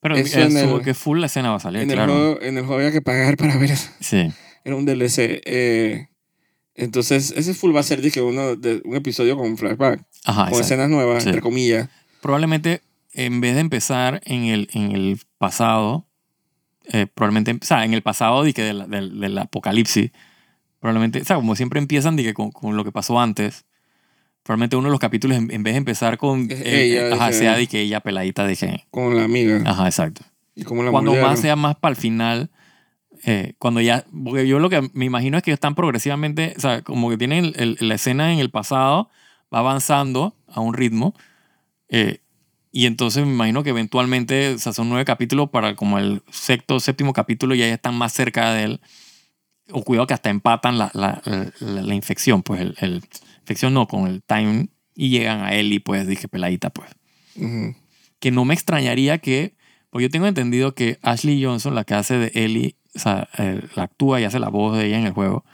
Pero Eso eh, en supongo el- que full la escena va a salir, en el claro. juego, en el juego había que pagar para ver eso. Sí, Era un DLC. eh, entonces, ese full va a ser, dije, uno de, un episodio con flashback. ajá. con Ah, exacto. escenas nuevas, Sí. entre comillas. Probablemente en vez de empezar en el, en el pasado, eh, probablemente, o sea, en el pasado de que del, del- del apocalipsis, probablemente, o sea, como siempre empiezan de que con, con lo que pasó antes. Probablemente uno de los capítulos, en, en vez de empezar con Es eh, ella, ajá, dije. sea de que ella peladita, dije, Con la amiga. ajá, exacto. Y cómo la Ah. cuando mordieron. más sea más para el final, eh, cuando ya, porque yo lo que me imagino es que están progresivamente, o sea, como que tienen el- el- la escena en el pasado, va avanzando a un ritmo, eh, y entonces me imagino que eventualmente, o sea, son nueve capítulos para como el sexto, séptimo capítulo, ya están más cerca de él, o cuidado que hasta empatan la, la, la- la infección, pues el, el- infección no, con el time, y llegan a él y pues dije, peladita, pues Ujú. que no me extrañaría que, pues yo tengo entendido que Ashley Johnson, la que hace de Ellie, o sea, eh, la actúa y hace la voz de ella en el juego,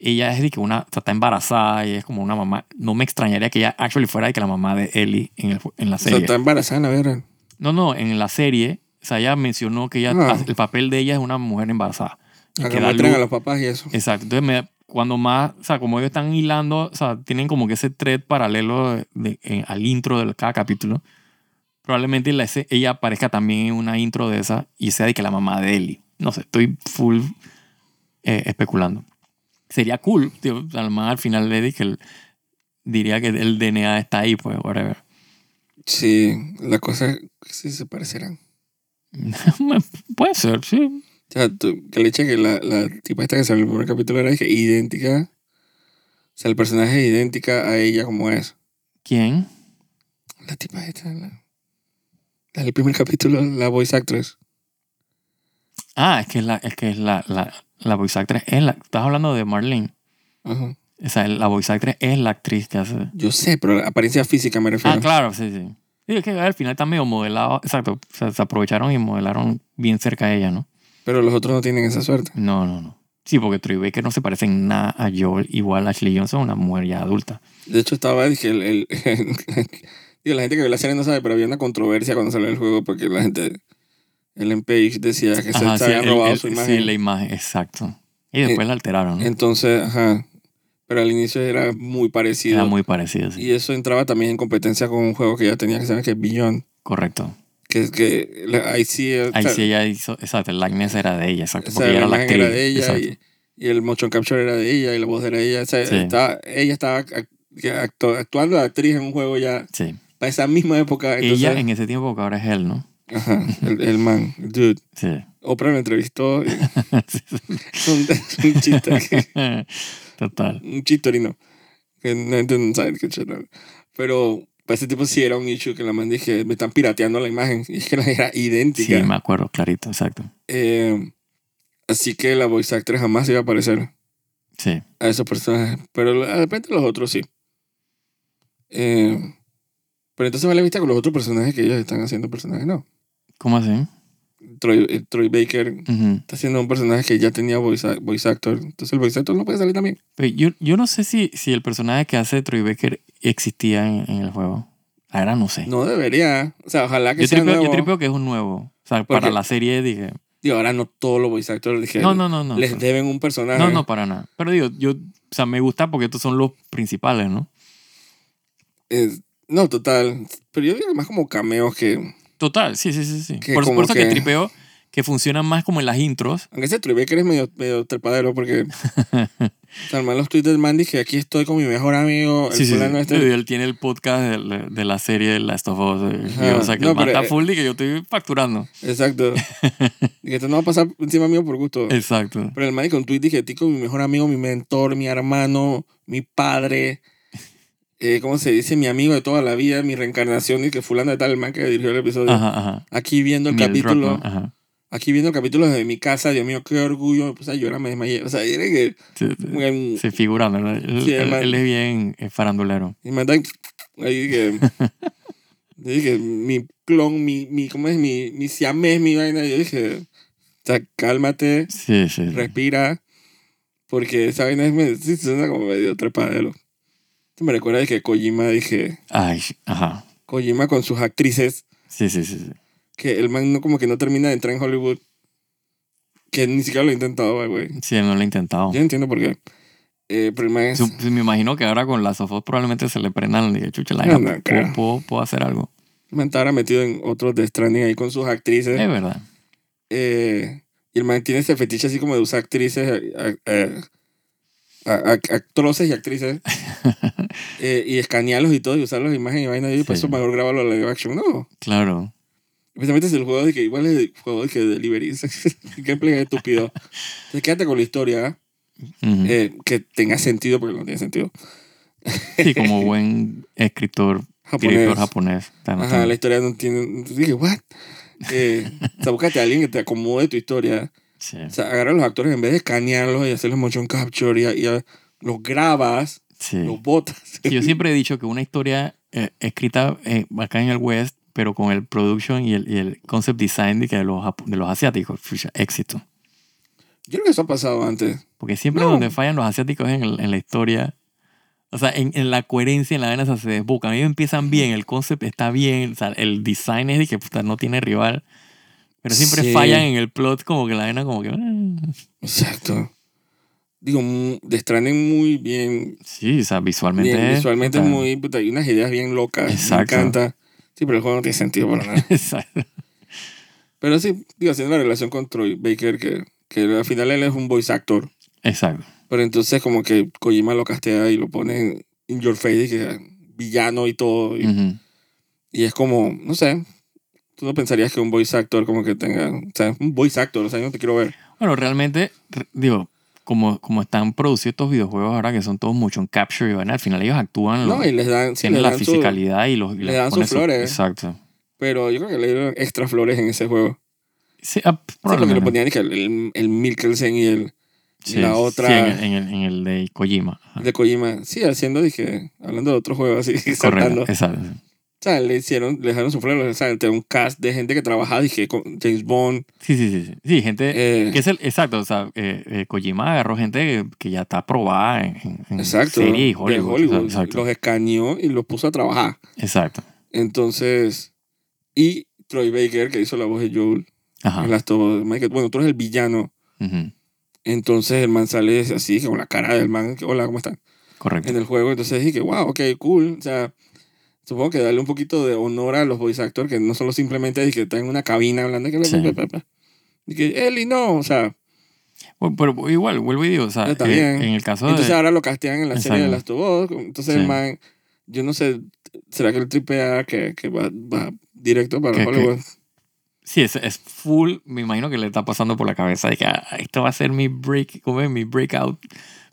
ella es de que una, o sea, está embarazada y es como una mamá. No me extrañaría que ella actually fuera de que la mamá de Ellie en, el- en la O sea, serie. está embarazada, la verga. No, no, en la serie, o sea, ella mencionó que ella, Ah. el papel de ella es una mujer embarazada. Y A que que da muestran luz. a los papás y eso. Exacto. Entonces, me- cuando más, o sea, como ellos están hilando, o sea, tienen como que ese thread paralelo de- de- en- al intro de cada capítulo, probablemente la, ese- ella aparezca también en una intro de esa y sea de que la mamá de Ellie. No sé, estoy full eh, especulando. Sería cool, tío. O sea, la mamá al final le dije que el- diría que el DNA está ahí, pues, whatever. Sí, las cosas sí se parecerán. Puede ser, sí. O sea, tú- que le echen que la, la tipa esta que salió en el primer capítulo era dije, idéntica. O sea, el personaje es idéntica a ella como es. ¿Quién? La tipa esta, la, la del primer capítulo, la voice actress. Ah, es que es la, es que es la, la, la voice actress. Es la, estás hablando de Marlene. Ajá. O sea, la voice actress es la actriz que hace. Yo sé, pero la apariencia física me refiero. Ah, claro, sí, sí. Sí, es que al final está medio modelado. Exacto. O sea, se aprovecharon y modelaron bien cerca de ella, ¿no? Pero los otros no tienen esa suerte. No, no, no. Sí, porque Troy Baker no se parece en nada a Joel. Igual Ashley Johnson, una mujer ya adulta. De hecho, estaba, dije, el, el- digo, la gente que ve la serie no sabe, pero había una controversia cuando salió el juego porque la gente, Ellen Page decía que Ajá, se, sí, habían el- robado el- su sí, imagen. la imagen, exacto. Y después la alteraron, ¿no? Entonces, ajá. Pero al inicio era muy parecido. Era muy parecido, sí. Y eso entraba también en competencia con un juego que ya tenía que saber que es Beyond. Correcto. Que es que la- ahí sí. eh, o Ahí sea, sí ella hizo. Exacto, el likeness era de ella, exacto. o Porque sea, la ella era la imagen actriz. era de ella exacto. y, y el motion capture era de ella y la voz era de ella. O sea, Sí. estaba- ella estaba ac- que actu- actuando de actriz en un juego ya Sí. para esa misma época. Entonces, ella en ese tiempo que ahora es él, ¿no? Ajá, el, el man, el dude. Sí. Oprah lo entrevistó. y- Sí, Es un, es un chiste, que- Total. un chistorino. Que no entiendo, no saben qué chiste. Pero para ese tipo sí era un issue que la man dije, me están pirateando la imagen. Y es que la era Sí, idéntica. me acuerdo, clarito, exacto. Eh, así que la voice actress jamás iba a parecer Sí. a esos personajes. Pero de repente los otros sí. Eh, pero entonces vale vista con los otros personajes que ellos están haciendo personajes, no. ¿Cómo así? Troy, eh, Troy Baker Ujú. está haciendo un personaje que ya tenía voice, a- voice actor. Entonces el voice actor no puede salir también. Pero yo, yo no sé si, si el personaje que hace Troy Baker existía en, en el juego. Ahora no sé. No debería. O sea, ojalá que yo, sea tripeo, yo nuevo. tripeo que es un nuevo. O sea, Porque- para la serie dije. Y ahora no todos los voice actors dije, No, no, no, no. les deben un personaje. No, no, para nada. Pero digo, yo, o sea, me gusta porque estos son los principales, ¿no? Es- no, total. Pero yo digo más como cameos que... Total, sí, sí, sí. sí. Que Por, por como eso que... que- tripeo que funcionan más como en las intros. Aunque ese Troy Baker es medio, medio trepadero porque... Tan mal los tweets del man dije, aquí estoy con mi mejor amigo, el Sí, sí, sí. fulano este. Digo, Él tiene el podcast de, de la serie de Last of Us. eh, Ajá. y, o sea, que No, el man pero, está eh, full y que yo estoy facturando. Exacto. y esto no va a pasar encima mío por gusto. Exacto. Pero el man con un tweet dije, estoy con mi mejor amigo, mi mentor, mi hermano, mi padre. Eh, ¿Cómo se dice? Mi amigo de toda la vida, mi reencarnación. Y que fulano de tal, el man que dirigió el episodio. Ajá, ajá. Aquí viendo pues, el Neil capítulo. Druckmann, ajá. Aquí viendo el capítulo desde mi casa, Dios mío, qué orgullo. Me puse a llorar, me desmayé. O sea, era que. Sí, sí. um, Sí, figurando. ¿no? Él, Sí, el él- man- él es bien eh, farandulero. Y me andan. Ahí que. yo dije, mi clon, mi, mi. ¿Cómo es? Mi, mi siamés, mi vaina. Yo dije, o sea, cálmate, Sí, sí. sí. respira. Porque esa vaina es. me- Sí, suena como medio trepadero. Esto Me recuerda de que Kojima, dije. Ay, ajá. Kojima con sus actrices. Sí, sí, sí. sí. Que el man no, como que no termina de entrar en Hollywood. Que ni siquiera lo ha intentado, güey. Sí, él no lo he intentado. Yo no entiendo por qué. Eh, pero el man es. Su- me imagino que ahora con las sofos probablemente se le prendan y chucha la Anda, vaina, cara. ¿puedo, puedo, puedo hacer algo. man está ahora metido en otros de Stranding ahí con sus actrices. Es verdad. eh, y el man tiene ese fetiche así como de usar actrices, eh, eh, a- a- actroces y actrices. eh, y escanearlos y todo, y usar las imágenes y vainas. Y pues Sí. eso mejor grabarlo a live action. No. Claro. Precisamente es el juego de que igual es el juego de que delivery. el gameplay es estúpido. Entonces quédate con la historia Ujú. eh, que tenga sentido, porque no tiene sentido. Sí, como buen escritor, Japonés. director japonés. está Ajá, notando. la historia no tiene. Dije, ¿what? Eh, o sea, búscate a alguien que te acomode tu historia. Sí, O sea, agarra a los actores en vez de escanearlos y hacerles motion capture y, y a- los grabas, sí. los botas. Sí, Yo siempre he dicho que una historia eh, escrita eh, acá en el West, pero con el production y el, y el concept design de, que de, los, japo- de los asiáticos, fucha, éxito. Yo creo que eso ha pasado antes. Porque siempre No. donde fallan los asiáticos es en, el- en la historia. O sea, en, en la coherencia, en la vaina o sea, se desbocan. Ellos empiezan bien, el concept está bien, o sea, el design es de que puta, no tiene rival. Pero siempre Sí. fallan en el plot, como que la vaina, como que. "Ah". Exacto. Digo, mu- The Stranding muy bien. Sí, o sea, visualmente. bien visualmente o sea, muy. Puta, hay unas ideas bien locas. Exacto. Me encanta. Sí, pero el juego no tiene sentido para nada. exacto. Pero sí, digo, haciendo la relación con Troy Baker, que, que al final él es un voice actor. Exacto. Pero entonces, como que Kojima lo castea y lo pone en in your face, y que villano y todo. Y, Ujú. y es como, no sé. Tú no pensarías que un voice actor como que tenga. O sea, un voice actor, o sea, yo no te quiero ver. Bueno, realmente, re- digo, como, como están producidos estos videojuegos ahora que son todos mucho en capture y van al final ellos actúan, No, lo- y les dan. Sí, les tienen la dan su- fisicalidad y los y le les dan sus ponen su- flores. Exacto. pero yo creo que le dieron extra flores en ese juego. Sí, ah, Sí, porque le probablemente. ponían y que el, el, el Mikkelsen y el Sí, la sí, otra- en, el, en el- en el de Kojima. Ajá. de Kojima. Sí, haciendo, dije, hablando de otro juego así, saltando. Correcto, O exacto. sea, le hicieron, le dejaron su flor, o sea, entre un cast de gente que trabajaba, dije, con James Bond. Sí, sí, sí. Sí, Sí, gente. eh, que es el, exacto, o sea, eh, eh, Kojima agarró gente que, que ya está probada en, en- en exacto. serie y de Hollywood. o sea, exacto. Los escaneó y los puso a trabajar. exacto. Entonces, y Troy Baker, que hizo la voz de Joel, Ajá. en las dos, Michael, bueno, tú eres el villano. Ujú, Entonces el man sale así, con la cara del man, que, hola, ¿cómo están? Correcto. en el juego. Entonces dije, wow, ok, cool. O sea, supongo que darle un poquito de honor a los voice actors que no solo simplemente dije que están en una cabina hablando. Que Sí. bla, bla, bla, bla. Y que Eli no, o sea. Bueno, Pero igual, vuelvo y digo, o sea, Está eh, bien. en el caso Entonces de. ahora lo castean en la serie de Last Exacto. of Us. Entonces el Sí. man, yo no sé, ¿será que el triple A que, que va, va directo para Que- que- Hollywood? Sí, es, es full. Me imagino que le está pasando por la cabeza de que "Ah, esto va a ser mi break, ¿cómo es? Mi breakout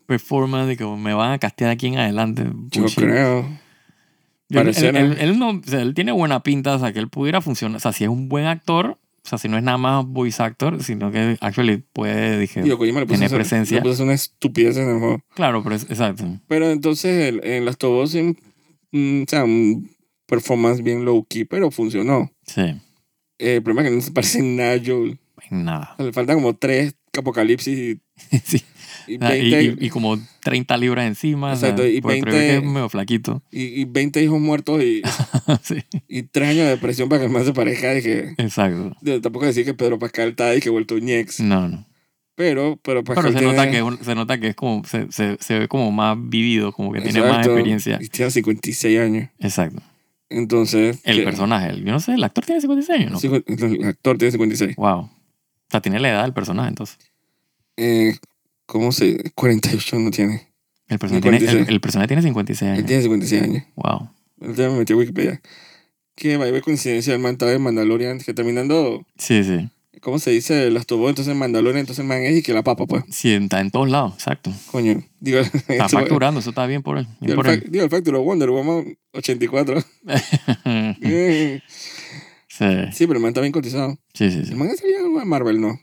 performance, de que me van a castear aquí en adelante. Yo Puchi. creo. Él- Él, pareciera. él- él no, o sea, él tiene buena pinta, o sea, que él pudiera funcionar. O sea, si es un buen actor, o sea, si no es nada más voice actor, sino que actually puede, dije. Digo, Kojima le puso, Tiene a hacer- presencia. le puso a hacer una estupidez en el juego. Claro, pero es, exacto. Pero entonces el- en Last of Us, mm, mm, o sea, un performance bien low key, pero funcionó. Sí, Eh, el problema es que no se parece en nada a Joel. en nada. Le faltan como tres apocalipsis Sí. y, y O sea, Ah, y, 20, y- y como 30 libras encima. o sea, Exacto, y porque 20 creo que es medio flaquito. y- y 20 hijos muertos y, sí, y tres años de depresión para que el man se parezca. De que, exacto. de- tampoco decir que Pedro Pascal está y que vuelto ñex. No, no. Pero, pero Pascal Mm. Pero se tiene- nota, que, es un- se nota que es como, se, se, se ve como más vivido, como que tiene más Exacto, experiencia. Y tiene 56 años. Exacto. Entonces... El que- personaje, el- yo no sé, el actor tiene 56 años, ¿no? cincu- El actor tiene 56. Wow. O sea, tiene la edad del personaje, entonces. Eh, ¿Cómo se...? 48 no tiene. El personaje, tiene, el, 56. el personaje tiene 56 Él años. tiene 56 años. Wow. Él me metí a Wikipedia. Que va a haber coincidencia el man estaba en Mandalorian. Que terminando... Sí, sí. ¿Cómo se dice? Las tuvo entonces Mandalorian, entonces el man es y que la papa, pues. Sí, está en todos lados, exacto. Coño. Digo, Está eso- facturando, eso está bien por él. bien Digo, el, por fact, él. digo, el fact de los Wonder Woman 84. Eh, sí, sí, pero el man está bien cotizado. sí, sí. El sí. man sería algo de Marvel, ¿no?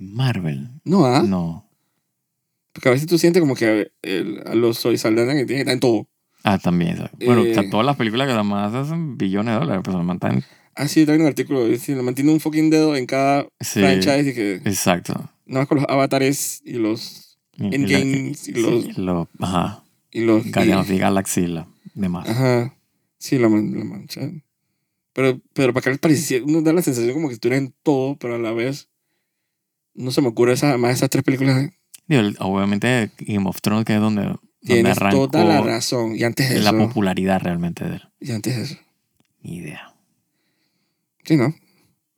Marvel. No, ¿ah? No. Porque a veces tú sientes como que el- a los soy Saldana que tiene que estar en todo. Ah, también. exacto. Bueno, Eh. o sea, todas las películas que además hacen billones de dólares, pues, pero man está en- Ah, sí, también un artículo. Dice, el man tiene un fucking dedo en cada Sí, franchise y que exacto. no más con los avatares y los Y- y la- endgames y los... Sí, lo- ajá. Y los y- Guardians of the Galaxy y la demás. ajá. Sí, la, man- la mancha. Pero, pero para que parecía, uno da la sensación como que estuviera en todo, pero a la vez no se me ocurre esa, más esas tres películas. Digo, el- obviamente Game of Thrones, que es donde, donde Tienes arrancó toda la razón. Y antes de la eso. popularidad realmente de él. Y antes de eso. Ni idea. Sí, ¿no? O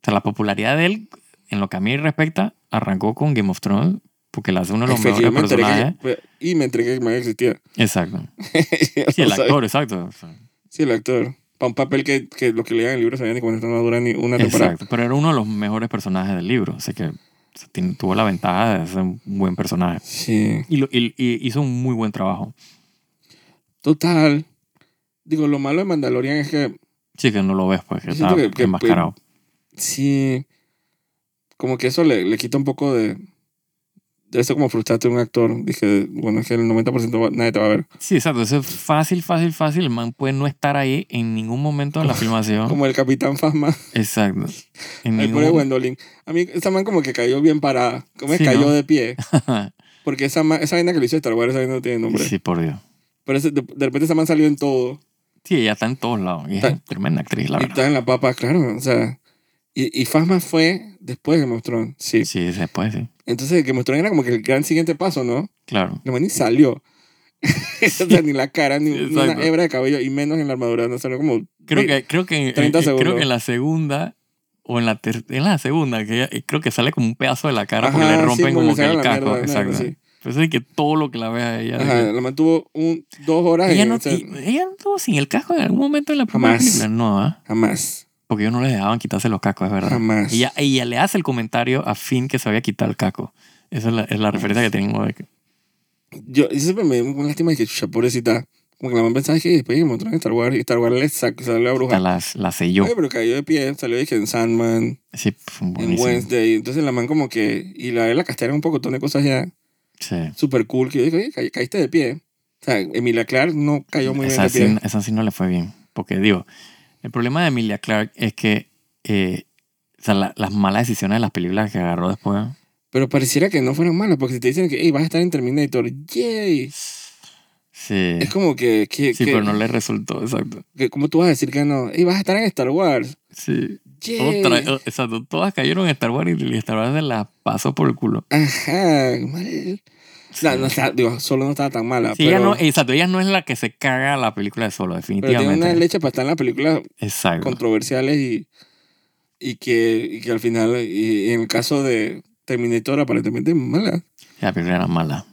sea, la popularidad de él, en lo que a mí respecta, arrancó con Game of Thrones, porque la hace uno de los mejores Efectivamente, me personajes. enteré que, y me enteré que Mike existía. Exacto. Sí, sí, el actor, exacto. O sea, Sí, el actor. Para un papel que, que lo que leían en el libro sabían que cuando esto no dura ni una temporada. Exacto. Pero era uno de los mejores personajes del libro, así que o sea, tiene- tuvo la ventaja de ser un buen personaje. Sí. Y, lo- y- y hizo un muy buen trabajo. Total. Digo, lo malo de Mandalorian es que Sí, que no lo ves, pues, que Yo está siento que- que- enmascarado. sí. Como que eso le, le quita un poco de. Debe ser como frustrante a un actor. Dije, bueno, es que el 90% va- nadie te va a ver. Sí, exacto. Eso es fácil, fácil, fácil. El man puede no estar ahí en ningún momento de la filmación. Como el Capitán Fasma. Exacto. En El ningún pobre Gwendolyn. A mí esa man como que cayó bien parada. Como es Sí, cayó ¿no? de pie. Porque esa, ma- esa vaina que le hizo Star Wars, esa vaina no tiene nombre. Sí, por Dios. Pero ese- de, de repente esa man salió en todo. Sí, ella está en todos lados. Y Ta- es tremenda actriz, la y verdad. está en la papa, claro. O sea, y, y Fasma fue después de Game of Thrones, sí. Sí, después sí. Entonces Game of Thrones era como que el gran siguiente paso, ¿no? Claro. La man ni salió. O sea, ni la cara, ni, Sí, ni una exacto. hebra de cabello, y menos en la armadura. No salió como... Creo que, creo que, 30 eh, eh, creo segundos. que en la segunda o en la ter- en la segunda que ella- eh, creo que sale como un pedazo de la cara porque Ajá, le sí, rompen bueno, como le que sacan el la casco mierda, exacto claro, sí. entonces es que todo lo que la ves a ella Ajá, la man tuvo un, dos horas ella en- no o sea, y- ella no estuvo sin el casco en algún momento en la primera Jamás. película, no ¿ah? Jamás, porque ellos no les dejaban quitarse los cascos es verdad jamás. ella, ella le hace el comentario a Finn que se había quitado el casco esa es la, es la referencia que tengo de que- Yo yo siempre me dio una lástima de que, chucha, pobrecita. Como que la man pensaba que después Game of Thrones, Star Wars, y Star Wars le sacó, salió la bruja. hasta la, la selló Oye, pero cayó de pie, salió dije en Sandman, sí pues, pf, en buenísimo Wednesday. Entonces la man como que... Y la, la castearon un poco de cosas ya sí. súper cool. Que yo dije, oye, ca- caíste de pie. O sea, Emilia Clarke no cayó muy bien esa, de sí, pie. esa sí no le fue bien. Porque, digo, el problema de Emilia Clark es que eh, o sea, la- las malas decisiones de las películas que agarró después. Pero pareciera que no fueran malas, porque si te dicen que, hey, vas a estar en Terminator, yay. Sí, Es como que, que, sí que- pero no le resultó, exacto. que- ¿cómo tú vas a decir que no? Hey, vas a estar en Star Wars, Sí. yay. Otra- oh. o- exacto, todas cayeron en Star Wars y Star Wars se las pasó por el culo. Ajá, mal. O sea, no, está- digo, solo no estaba tan mala. Sí, pero, ella no, exacto, ella no es la que se caga la película de solo, pero tiene una definitivamente. leche para estar en las películas Exacto. controversiales y, y, que, y que al final, y, en el caso de Terminator, aparentemente mala. La película era mala.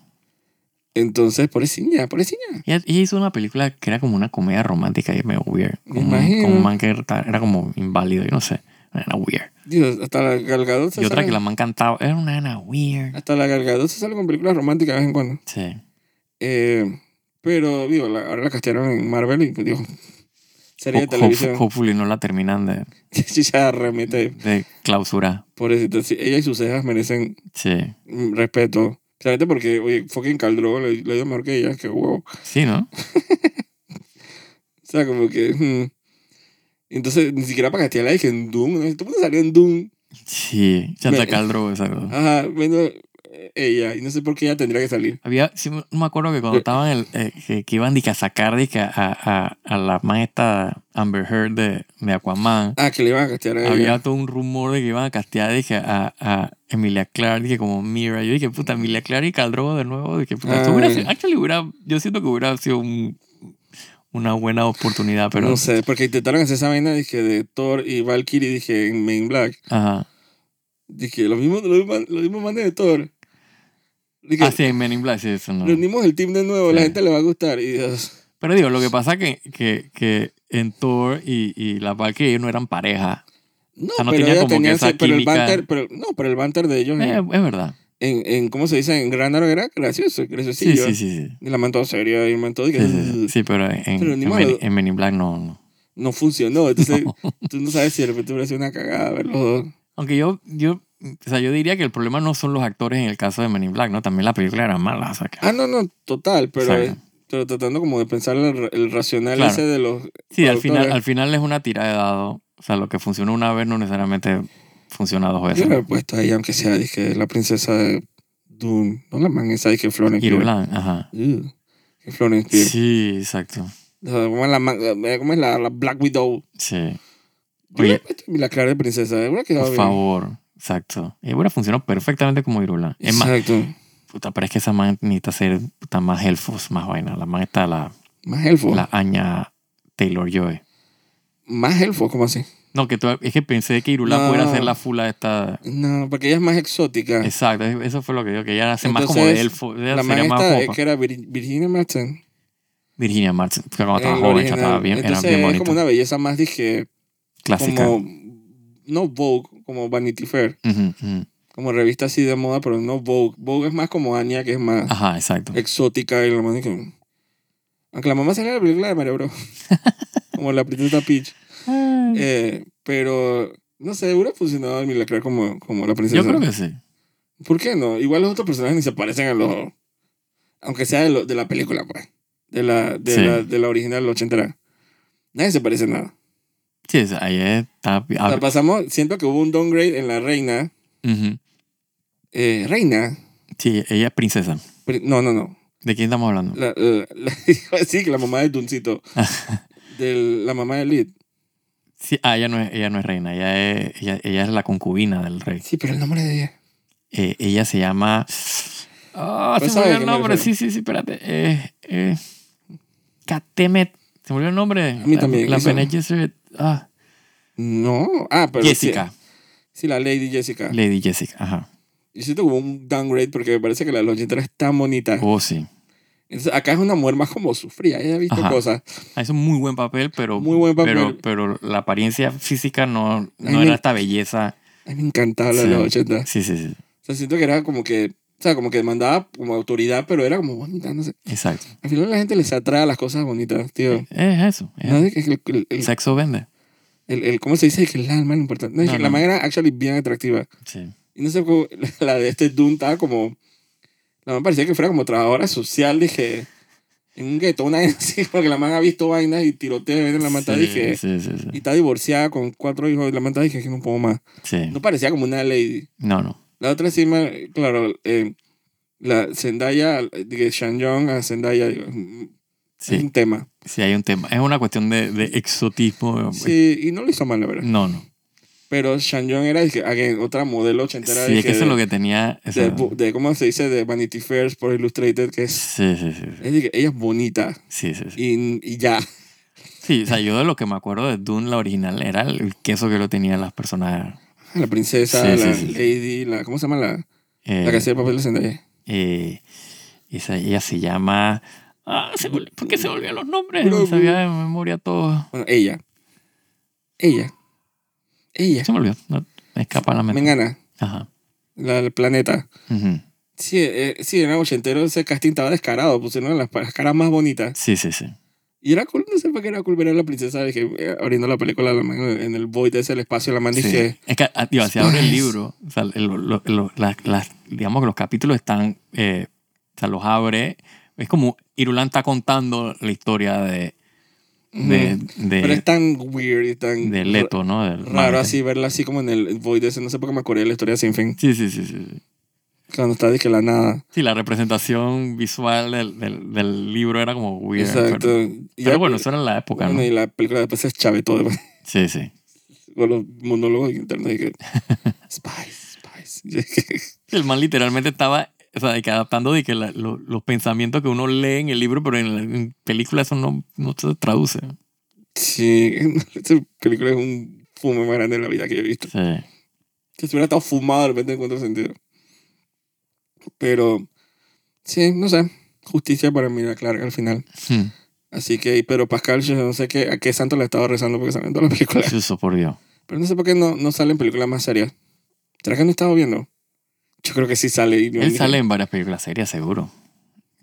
Entonces, pobrecilla, pobrecilla. Ella, ella hizo una película que era como una comedia romántica y medio weird. Me Con, un- imagino. con un man que era era como inválido, yo no sé. Era weird. Dios, hasta la Gal Gadot se Y otra sale- que la man cantaba. Era una nena weird. Hasta la Gal Gadot se sale con películas románticas de vez en cuando. Sí. Eh, pero, digo, la- ahora la castearon en Marvel y, pues, digo, serie de Ho- ho- televisión. Hopefully no la terminan de, ya remete. de clausura. Pobrecita, sí, ella y sus cejas merecen Sí. mm, respeto. Solamente porque, oye, fucking Caldro le, le dio mejor que ella, que wow. O Sí, ¿no? sea, como que. mm. Entonces, ni siquiera para castearla dije en Doom. ¿no? Todo el mundo salió en Doom. Sí. Chata Me- Caldro, exacto. Ajá, menos eh, ella. Y no sé por qué ella tendría que salir. Había, sí, me- no me acuerdo que cuando Yo- estaban el, eh, que, que iban dizque, a sacar dizque, a, a, a la man esta Amber Heard de, de Aquaman. Ah, que le iban a castear a ella. Había todo un rumor de que iban a castear dizque, a, a Emilia Clarke dije como Mira. Yo dije, puta, Emilia Clarke y Caldrogo de nuevo. Dije, puta, esto Ah. hubiera sido- actually hubiera- yo siento que hubiera sido un- una buena oportunidad, pero No sé, porque intentaron hacer esa vaina, dije, de Thor y Valkyrie, dije, en Main Black. Ajá. Dije, los mismos los mismos- los mismos manes de Thor. Dije, Ah, sí, Men in Black, sí, eso no. reunimos el team de nuevo, la Sí. gente le va a gustar. Y Dios, Pero digo, lo que pasa que, que, que en Thor y, y la Valkyrie ellos no eran pareja. no, sea, no pero tenía ella como tenía que esa ese- pero el química. banter, pero, no, pero el banter de ellos Eh, en, es verdad. en, en, ¿cómo se dice? En Gran Aro era gracioso, Sí, graciosillo. sí, sí. sí. Y la mantó seria y el man todo, y que Sí, sí, sí. Sí, pero en, Pero en, ni en modo. Men, en Men in Black no, no. no funcionó. Entonces, tú no sabes si de repente hubiera sido una cagada verlos dos. Aunque yo, yo, o sea, yo diría que el problema no son los actores en el caso de Men in Black, ¿no? También la película era mala, o sea, que- Ah, no, no, total, pero, eh, Exacto. pero tratando como de pensar el, ra- el racional Claro. ese de los Sí, al productores. final, al final es una tira de dado. O sea, lo que funcionó una vez no necesariamente funciona dos Yo veces. le he puesto ahí, aunque sea, dije, la princesa de Dune. No la man esa, dije, Florence Pugh. Irulan, ajá. Ugh, Que Florence Pugh. Sí, exacto. O sea, ¿Cómo es la, man- eh, cómo es la, la Black Widow? Sí. Yo le he Oye. puesto la clara de princesa. Hubiera quedado Por bien. favor. Exacto. Ella hubiera funcionado perfectamente como Irula. Es más, Exacto. puta, pero es que esa man necesita ser puta, más elfos, más vaina. La man está la, Más elfo. la Aña Taylor Joy. Más elfo, ¿cómo así? No, que tú- es que pensé que Irula No. fuera a ser la fula esta. No, porque ella es más exótica. Exacto, es- eso fue lo que yo, que ella hace más como Entonces, de elfo. Ella la man sería más esta como es que era Vir- Virginia Madsen. Virginia Martin, que cuando el estaba joven, original. estaba bien, Entonces era bien es bonita. como una belleza más, dije, Clásica. como... No Vogue, como Vanity Fair. Ujú, ujú. Como revista así de moda, pero no Vogue. Vogue es más como Anya, que es más... Ajá, exacto. Eh, exótica y la mamá que... Aunque la mamá sale en la película de Mario Bros. como la princesa Peach. Eh, pero, no sé, hubiera funcionado en Milagrar como, como la princesa. yo creo que sí. ¿Por qué no? Igual los otros personajes ni se parecen a los... Aunque sea de, lo- de la película, pues. De la, de Sí. la, de la original, la ochentera. Nadie se parece a nada. Sí, o sea, ahí está. O sea, pasamos... Siento que hubo un downgrade en la reina. Ujú. Eh, reina. Sí, ella es princesa. Pri- No, no, no. ¿De quién estamos hablando? La, la- la- iba a decir que la mamá de Duncito. Del- la mamá de Lid. Sí, ah, ella no es, ella no es reina, ella es, ella, ella es la concubina del rey. Sí, pero el nombre de ella. Eh, ella se llama... Ah, Pues se me sabe olvidó que el me nombre, sí, refiero. sí, sí, espérate. Eh, eh, Katemet, se me olvidó el nombre. A mí también, La, eso. Bene Gesserit, ah, No. Ah, pero. sí- ah. Jessica, Sí, la Lady Jessica. Lady Jessica, ajá. Yo siento como un downgrade porque me parece que la de los 80 es tan bonita. Oh, sí. Entonces, acá es una mujer más como sufría. Ella ha visto Ajá. cosas. Ah, Es un muy buen papel, pero, Muy buen papel. pero, pero la apariencia física no, no Ay, era me- Ah. esta belleza. Ay, me encantaba la de Sí. los 80. O Sí, sí, sí, sea, siento que era como que. O sea, como que mandaba como autoridad, pero era como bonita, no sé. exacto. Al final la gente les atrae a las cosas bonitas, tío. Es eso. es Nadie que el, el- el- Sexo vende. el- el- ¿Cómo se dice? Que el alma es lo importante. No, es No, que la no. manera actually bien atractiva. Sí. Y no sé, cómo- la de este Dune estaba como... La man parecía que fuera como trabajadora social, dije... En un gueto, una vaina así, porque la man ha visto vainas y tiroteos y vainas en la manta, sí, dije... Sí, sí, Y sí. está divorciada con cuatro hijos y la manta, dije que no puedo más. Sí. No parecía como una lady. No, no. La otra encima, claro, eh, la Zendaya, dije Shan Young a Zendaya, digo, es Sí, un tema. sí, hay un tema. Es una cuestión de, de exotismo. Sí, y no lo hizo mal, la verdad. No, no. Pero Shan Young era, dije, again, otra modelo ochentera, Sí, es que dije, eso es lo que tenía. o de, sea, bu- de- ¿cómo se dice? De Vanity Fair por Illustrated, que es Sí, sí, sí. Es decir, que ella es bonita Sí, sí, sí. y, y ya. Sí, o sea, yo de lo que me acuerdo de Dune, la original, era el queso que lo tenían las personas. La princesa, Sí, sí, la sí, sí. lady, la, ¿cómo se llama la, eh, la que hacía el papel de Zendaya? Eh, esa- ella se llama. Ah, se vol- ¿Por qué se volvían los nombres? Bravo. Me sabía de memoria todo. Bueno, ella. Ella. Ella. Se me olvidó. No, me escapa la mente. Mengana, Ajá. la del planeta. Ujú. Sí, eh, sí, era ochentero, ese casting estaba descarado, pusieron las, las caras más bonitas. Sí, sí, sí. Y era cool, no sé para qué era cool ver a la princesa dije, eh, abriendo la película la man en en el void de ese el espacio, la man Sí. dije, Es que, ah, digo, si abre el Spice. libro, o sea, el- lo- lo- las- las- digamos que los capítulos están, eh, o sea, los abre. Es como Irulan está contando la historia de, de, ujú. de, "Mm, pero es tan weird y tan de Leto, ¿no? Del raro manga. así verla así como en el void ese, no sé por qué me acordé de la historia sin fin, Sí, sí, sí, sí. sí. cuando está dije la nada. Sí, la representación visual del, del, del libro era como weird. pero- Exacto. Pero bueno, eso era en la época, ¿no? bueno, y la película después es chavetó de- Sí, sí. con los monólogos internos. Y que, Spice, Spice. Y es que- El man literalmente estaba o sea, de que adaptando de que la- lo- los pensamientos que uno lee en el libro, pero en la en película eso no, no se traduce. sí, esa película es un fume más grande de la vida que yo he visto. Sí. Si hubiera estado fumado de repente encuentro sentido. Pero, sí, no sé. Justicia para mí la Clark al final. Hmm. Así que, pero Pascal, yo no sé qué, a qué santo le estaba rezando porque salen todas las películas. Eso, por Dios. Pero no sé por qué no, no salen películas más serias. ¿Será que no estaba viendo? Yo creo que sí sale. y no- Él sale en varias películas serias, seguro.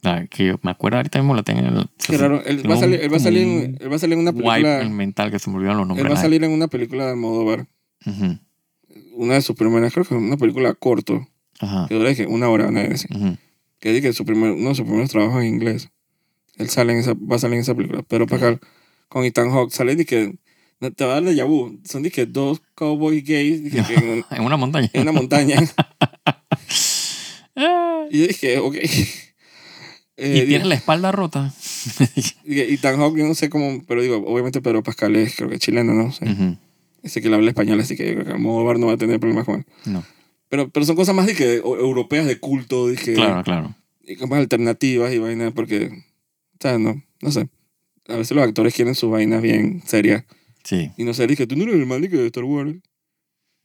La que yo me acuerdo ahorita mismo la tengo en el. Qué raro. Él va, a salir, él, va a salir en, él va a salir en una Wipe el película. mental que se me olvidaron los nombres. Él va a la- salir en una película de Almodóvar. Ujú. Una de sus primeras, creo que una película corto. Ajá. Que dura dije, una hora, una vez. Ujú. Que dije, su primer, uno de sus primeros trabajos en inglés. Él sale en esa, va a salir en esa película. Pero para acá, con Ethan Hawke, sale de que. no, Te va a dar de vu. Son de que dos cowboys gays dije, que en, un- En una montaña. en una montaña. Ah. Y yo dije, ok. Y Eh, tiene la espalda rota. dije, Ethan Hawke, yo no sé cómo, pero digo, obviamente Pedro Pascal es, creo que chileno, ¿no? sé Ujú. Ese que le habla español, así que yo creo que Almodóvar no va a tener problemas con él. No. Pero, pero son cosas más de que, o- europeas de culto, dije, Claro, claro. y como alternativas y vainas, porque, ¿sabes? No, no sé. A veces los actores quieren sus vainas bien serias. Sí. Y no sé, dije, tú no eres el man de que de Star Wars.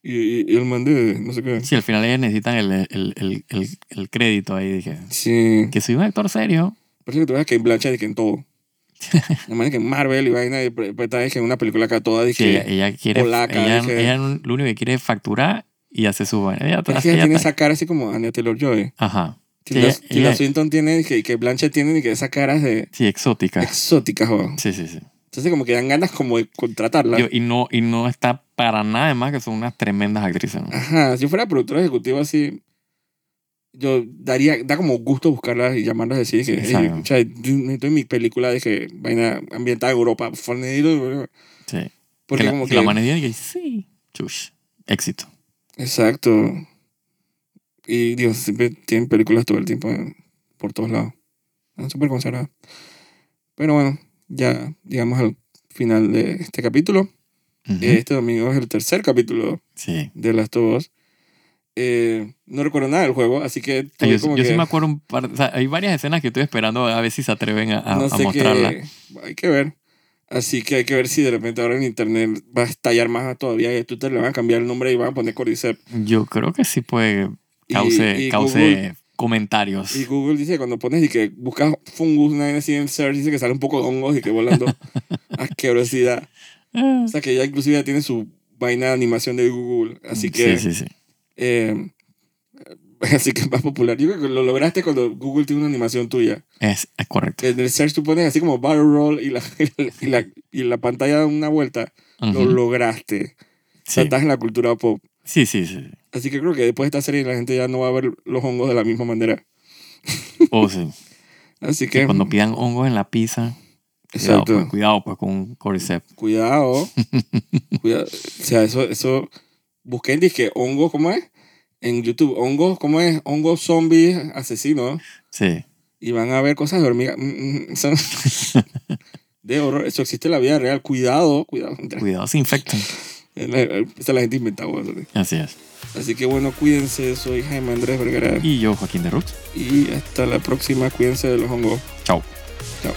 Y, y- y el man de no sé qué. Sí, al final ellos necesitan el, el, el, el, el crédito ahí. Dije, Sí. que soy un actor serio. Parece que tú ves que en Blanchett y que en todo. La man de que en Marvel y vaina, y pre- pre- está dije, en una película acá toda, Sí, dije. ella, ella quiere. polaca, ella, dije. ella lo único que quiere es facturar y hace su vaina. Ella, pero es que ella ella tiene está- esa cara así como Anya Taylor-Joy. Ajá. Sí, Tilda ella- ella- Tilda Swinton tiene, dije, y que Blanchett tiene, y que esa cara de Sí, exótica. exóticas, weón. Sí, sí, sí. Entonces como que dan ganas como de contratarla. Yo- y, no, y no está para nada más que son unas tremendas actrices. ¿no? Ajá, si yo fuera productor ejecutivo así, yo daría, da como gusto buscarlas y llamarlas a decir que, Exacto. "Ey, escucha, yo necesito en mi película de que vaina ambientada en Europa, por favor, necesito-". Sí. porque que la, como que que, la manera y que sí. Chush. Éxito. exacto, Y Dios, siempre tienen películas todo el tiempo eh, por todos lados. Son súper conservadas. Pero bueno, ya llegamos al final de este capítulo. Ujú. Este domingo es el tercer capítulo Sí. de las dos. Eh, no recuerdo nada del juego, así que tuve Ah, Yo, como yo que- sí me acuerdo un par, o sea, hay varias escenas que estoy esperando a ver si se atreven a, a- no a sé qué- mostrarla. Hay que ver. Así que hay que ver si de repente ahora en internet va a estallar más todavía y tú te le van a cambiar el nombre y van a poner Cordyceps. Yo creo que sí puede Y- cause, y cause Google- comentarios. Y Google dice que cuando pones y que buscas fungus, una vaina así en search, dice que sale un poco de hongos y que volando. Asquerosidad. Eh, O sea que ya inclusive ya tiene su vaina de animación de Google. Así que. Sí, sí, sí. eh, así que es más popular. Yo creo que lo lograste cuando Google tiene una animación tuya. Es, es correcto. Que en el search tú pones así como barrel roll y la, y la, y la pantalla da una vuelta. Lo Ujú. lograste. O sea, sí. estás en la cultura pop. sí, sí, sí. Así que creo que después de esta serie la gente ya no va a ver los hongos de la misma manera. Oh, sí. Así Que que, cuando pidan hongos en la pizza, cuidado, Exacto. pues, cuidado pues con cordyceps. cuidado. cuidado. O sea, eso, eso. Busqué en disque hongos, ¿cómo es? En YouTube, hongos, ¿cómo es? Hongos zombies asesinos. Sí. Y van a ver cosas de hormiga. Mm, mm, eso- de horror. Eso existe en la vida real. Cuidado, cuidado. Cuidado, se infectan. Esa la gente inventa cosas. Así es. Así que bueno, cuídense. Soy Jaime Andrés Vergara. Y yo, Joaquín de Rux. Y hasta la próxima. Cuídense de los hongos. Chao. Chao.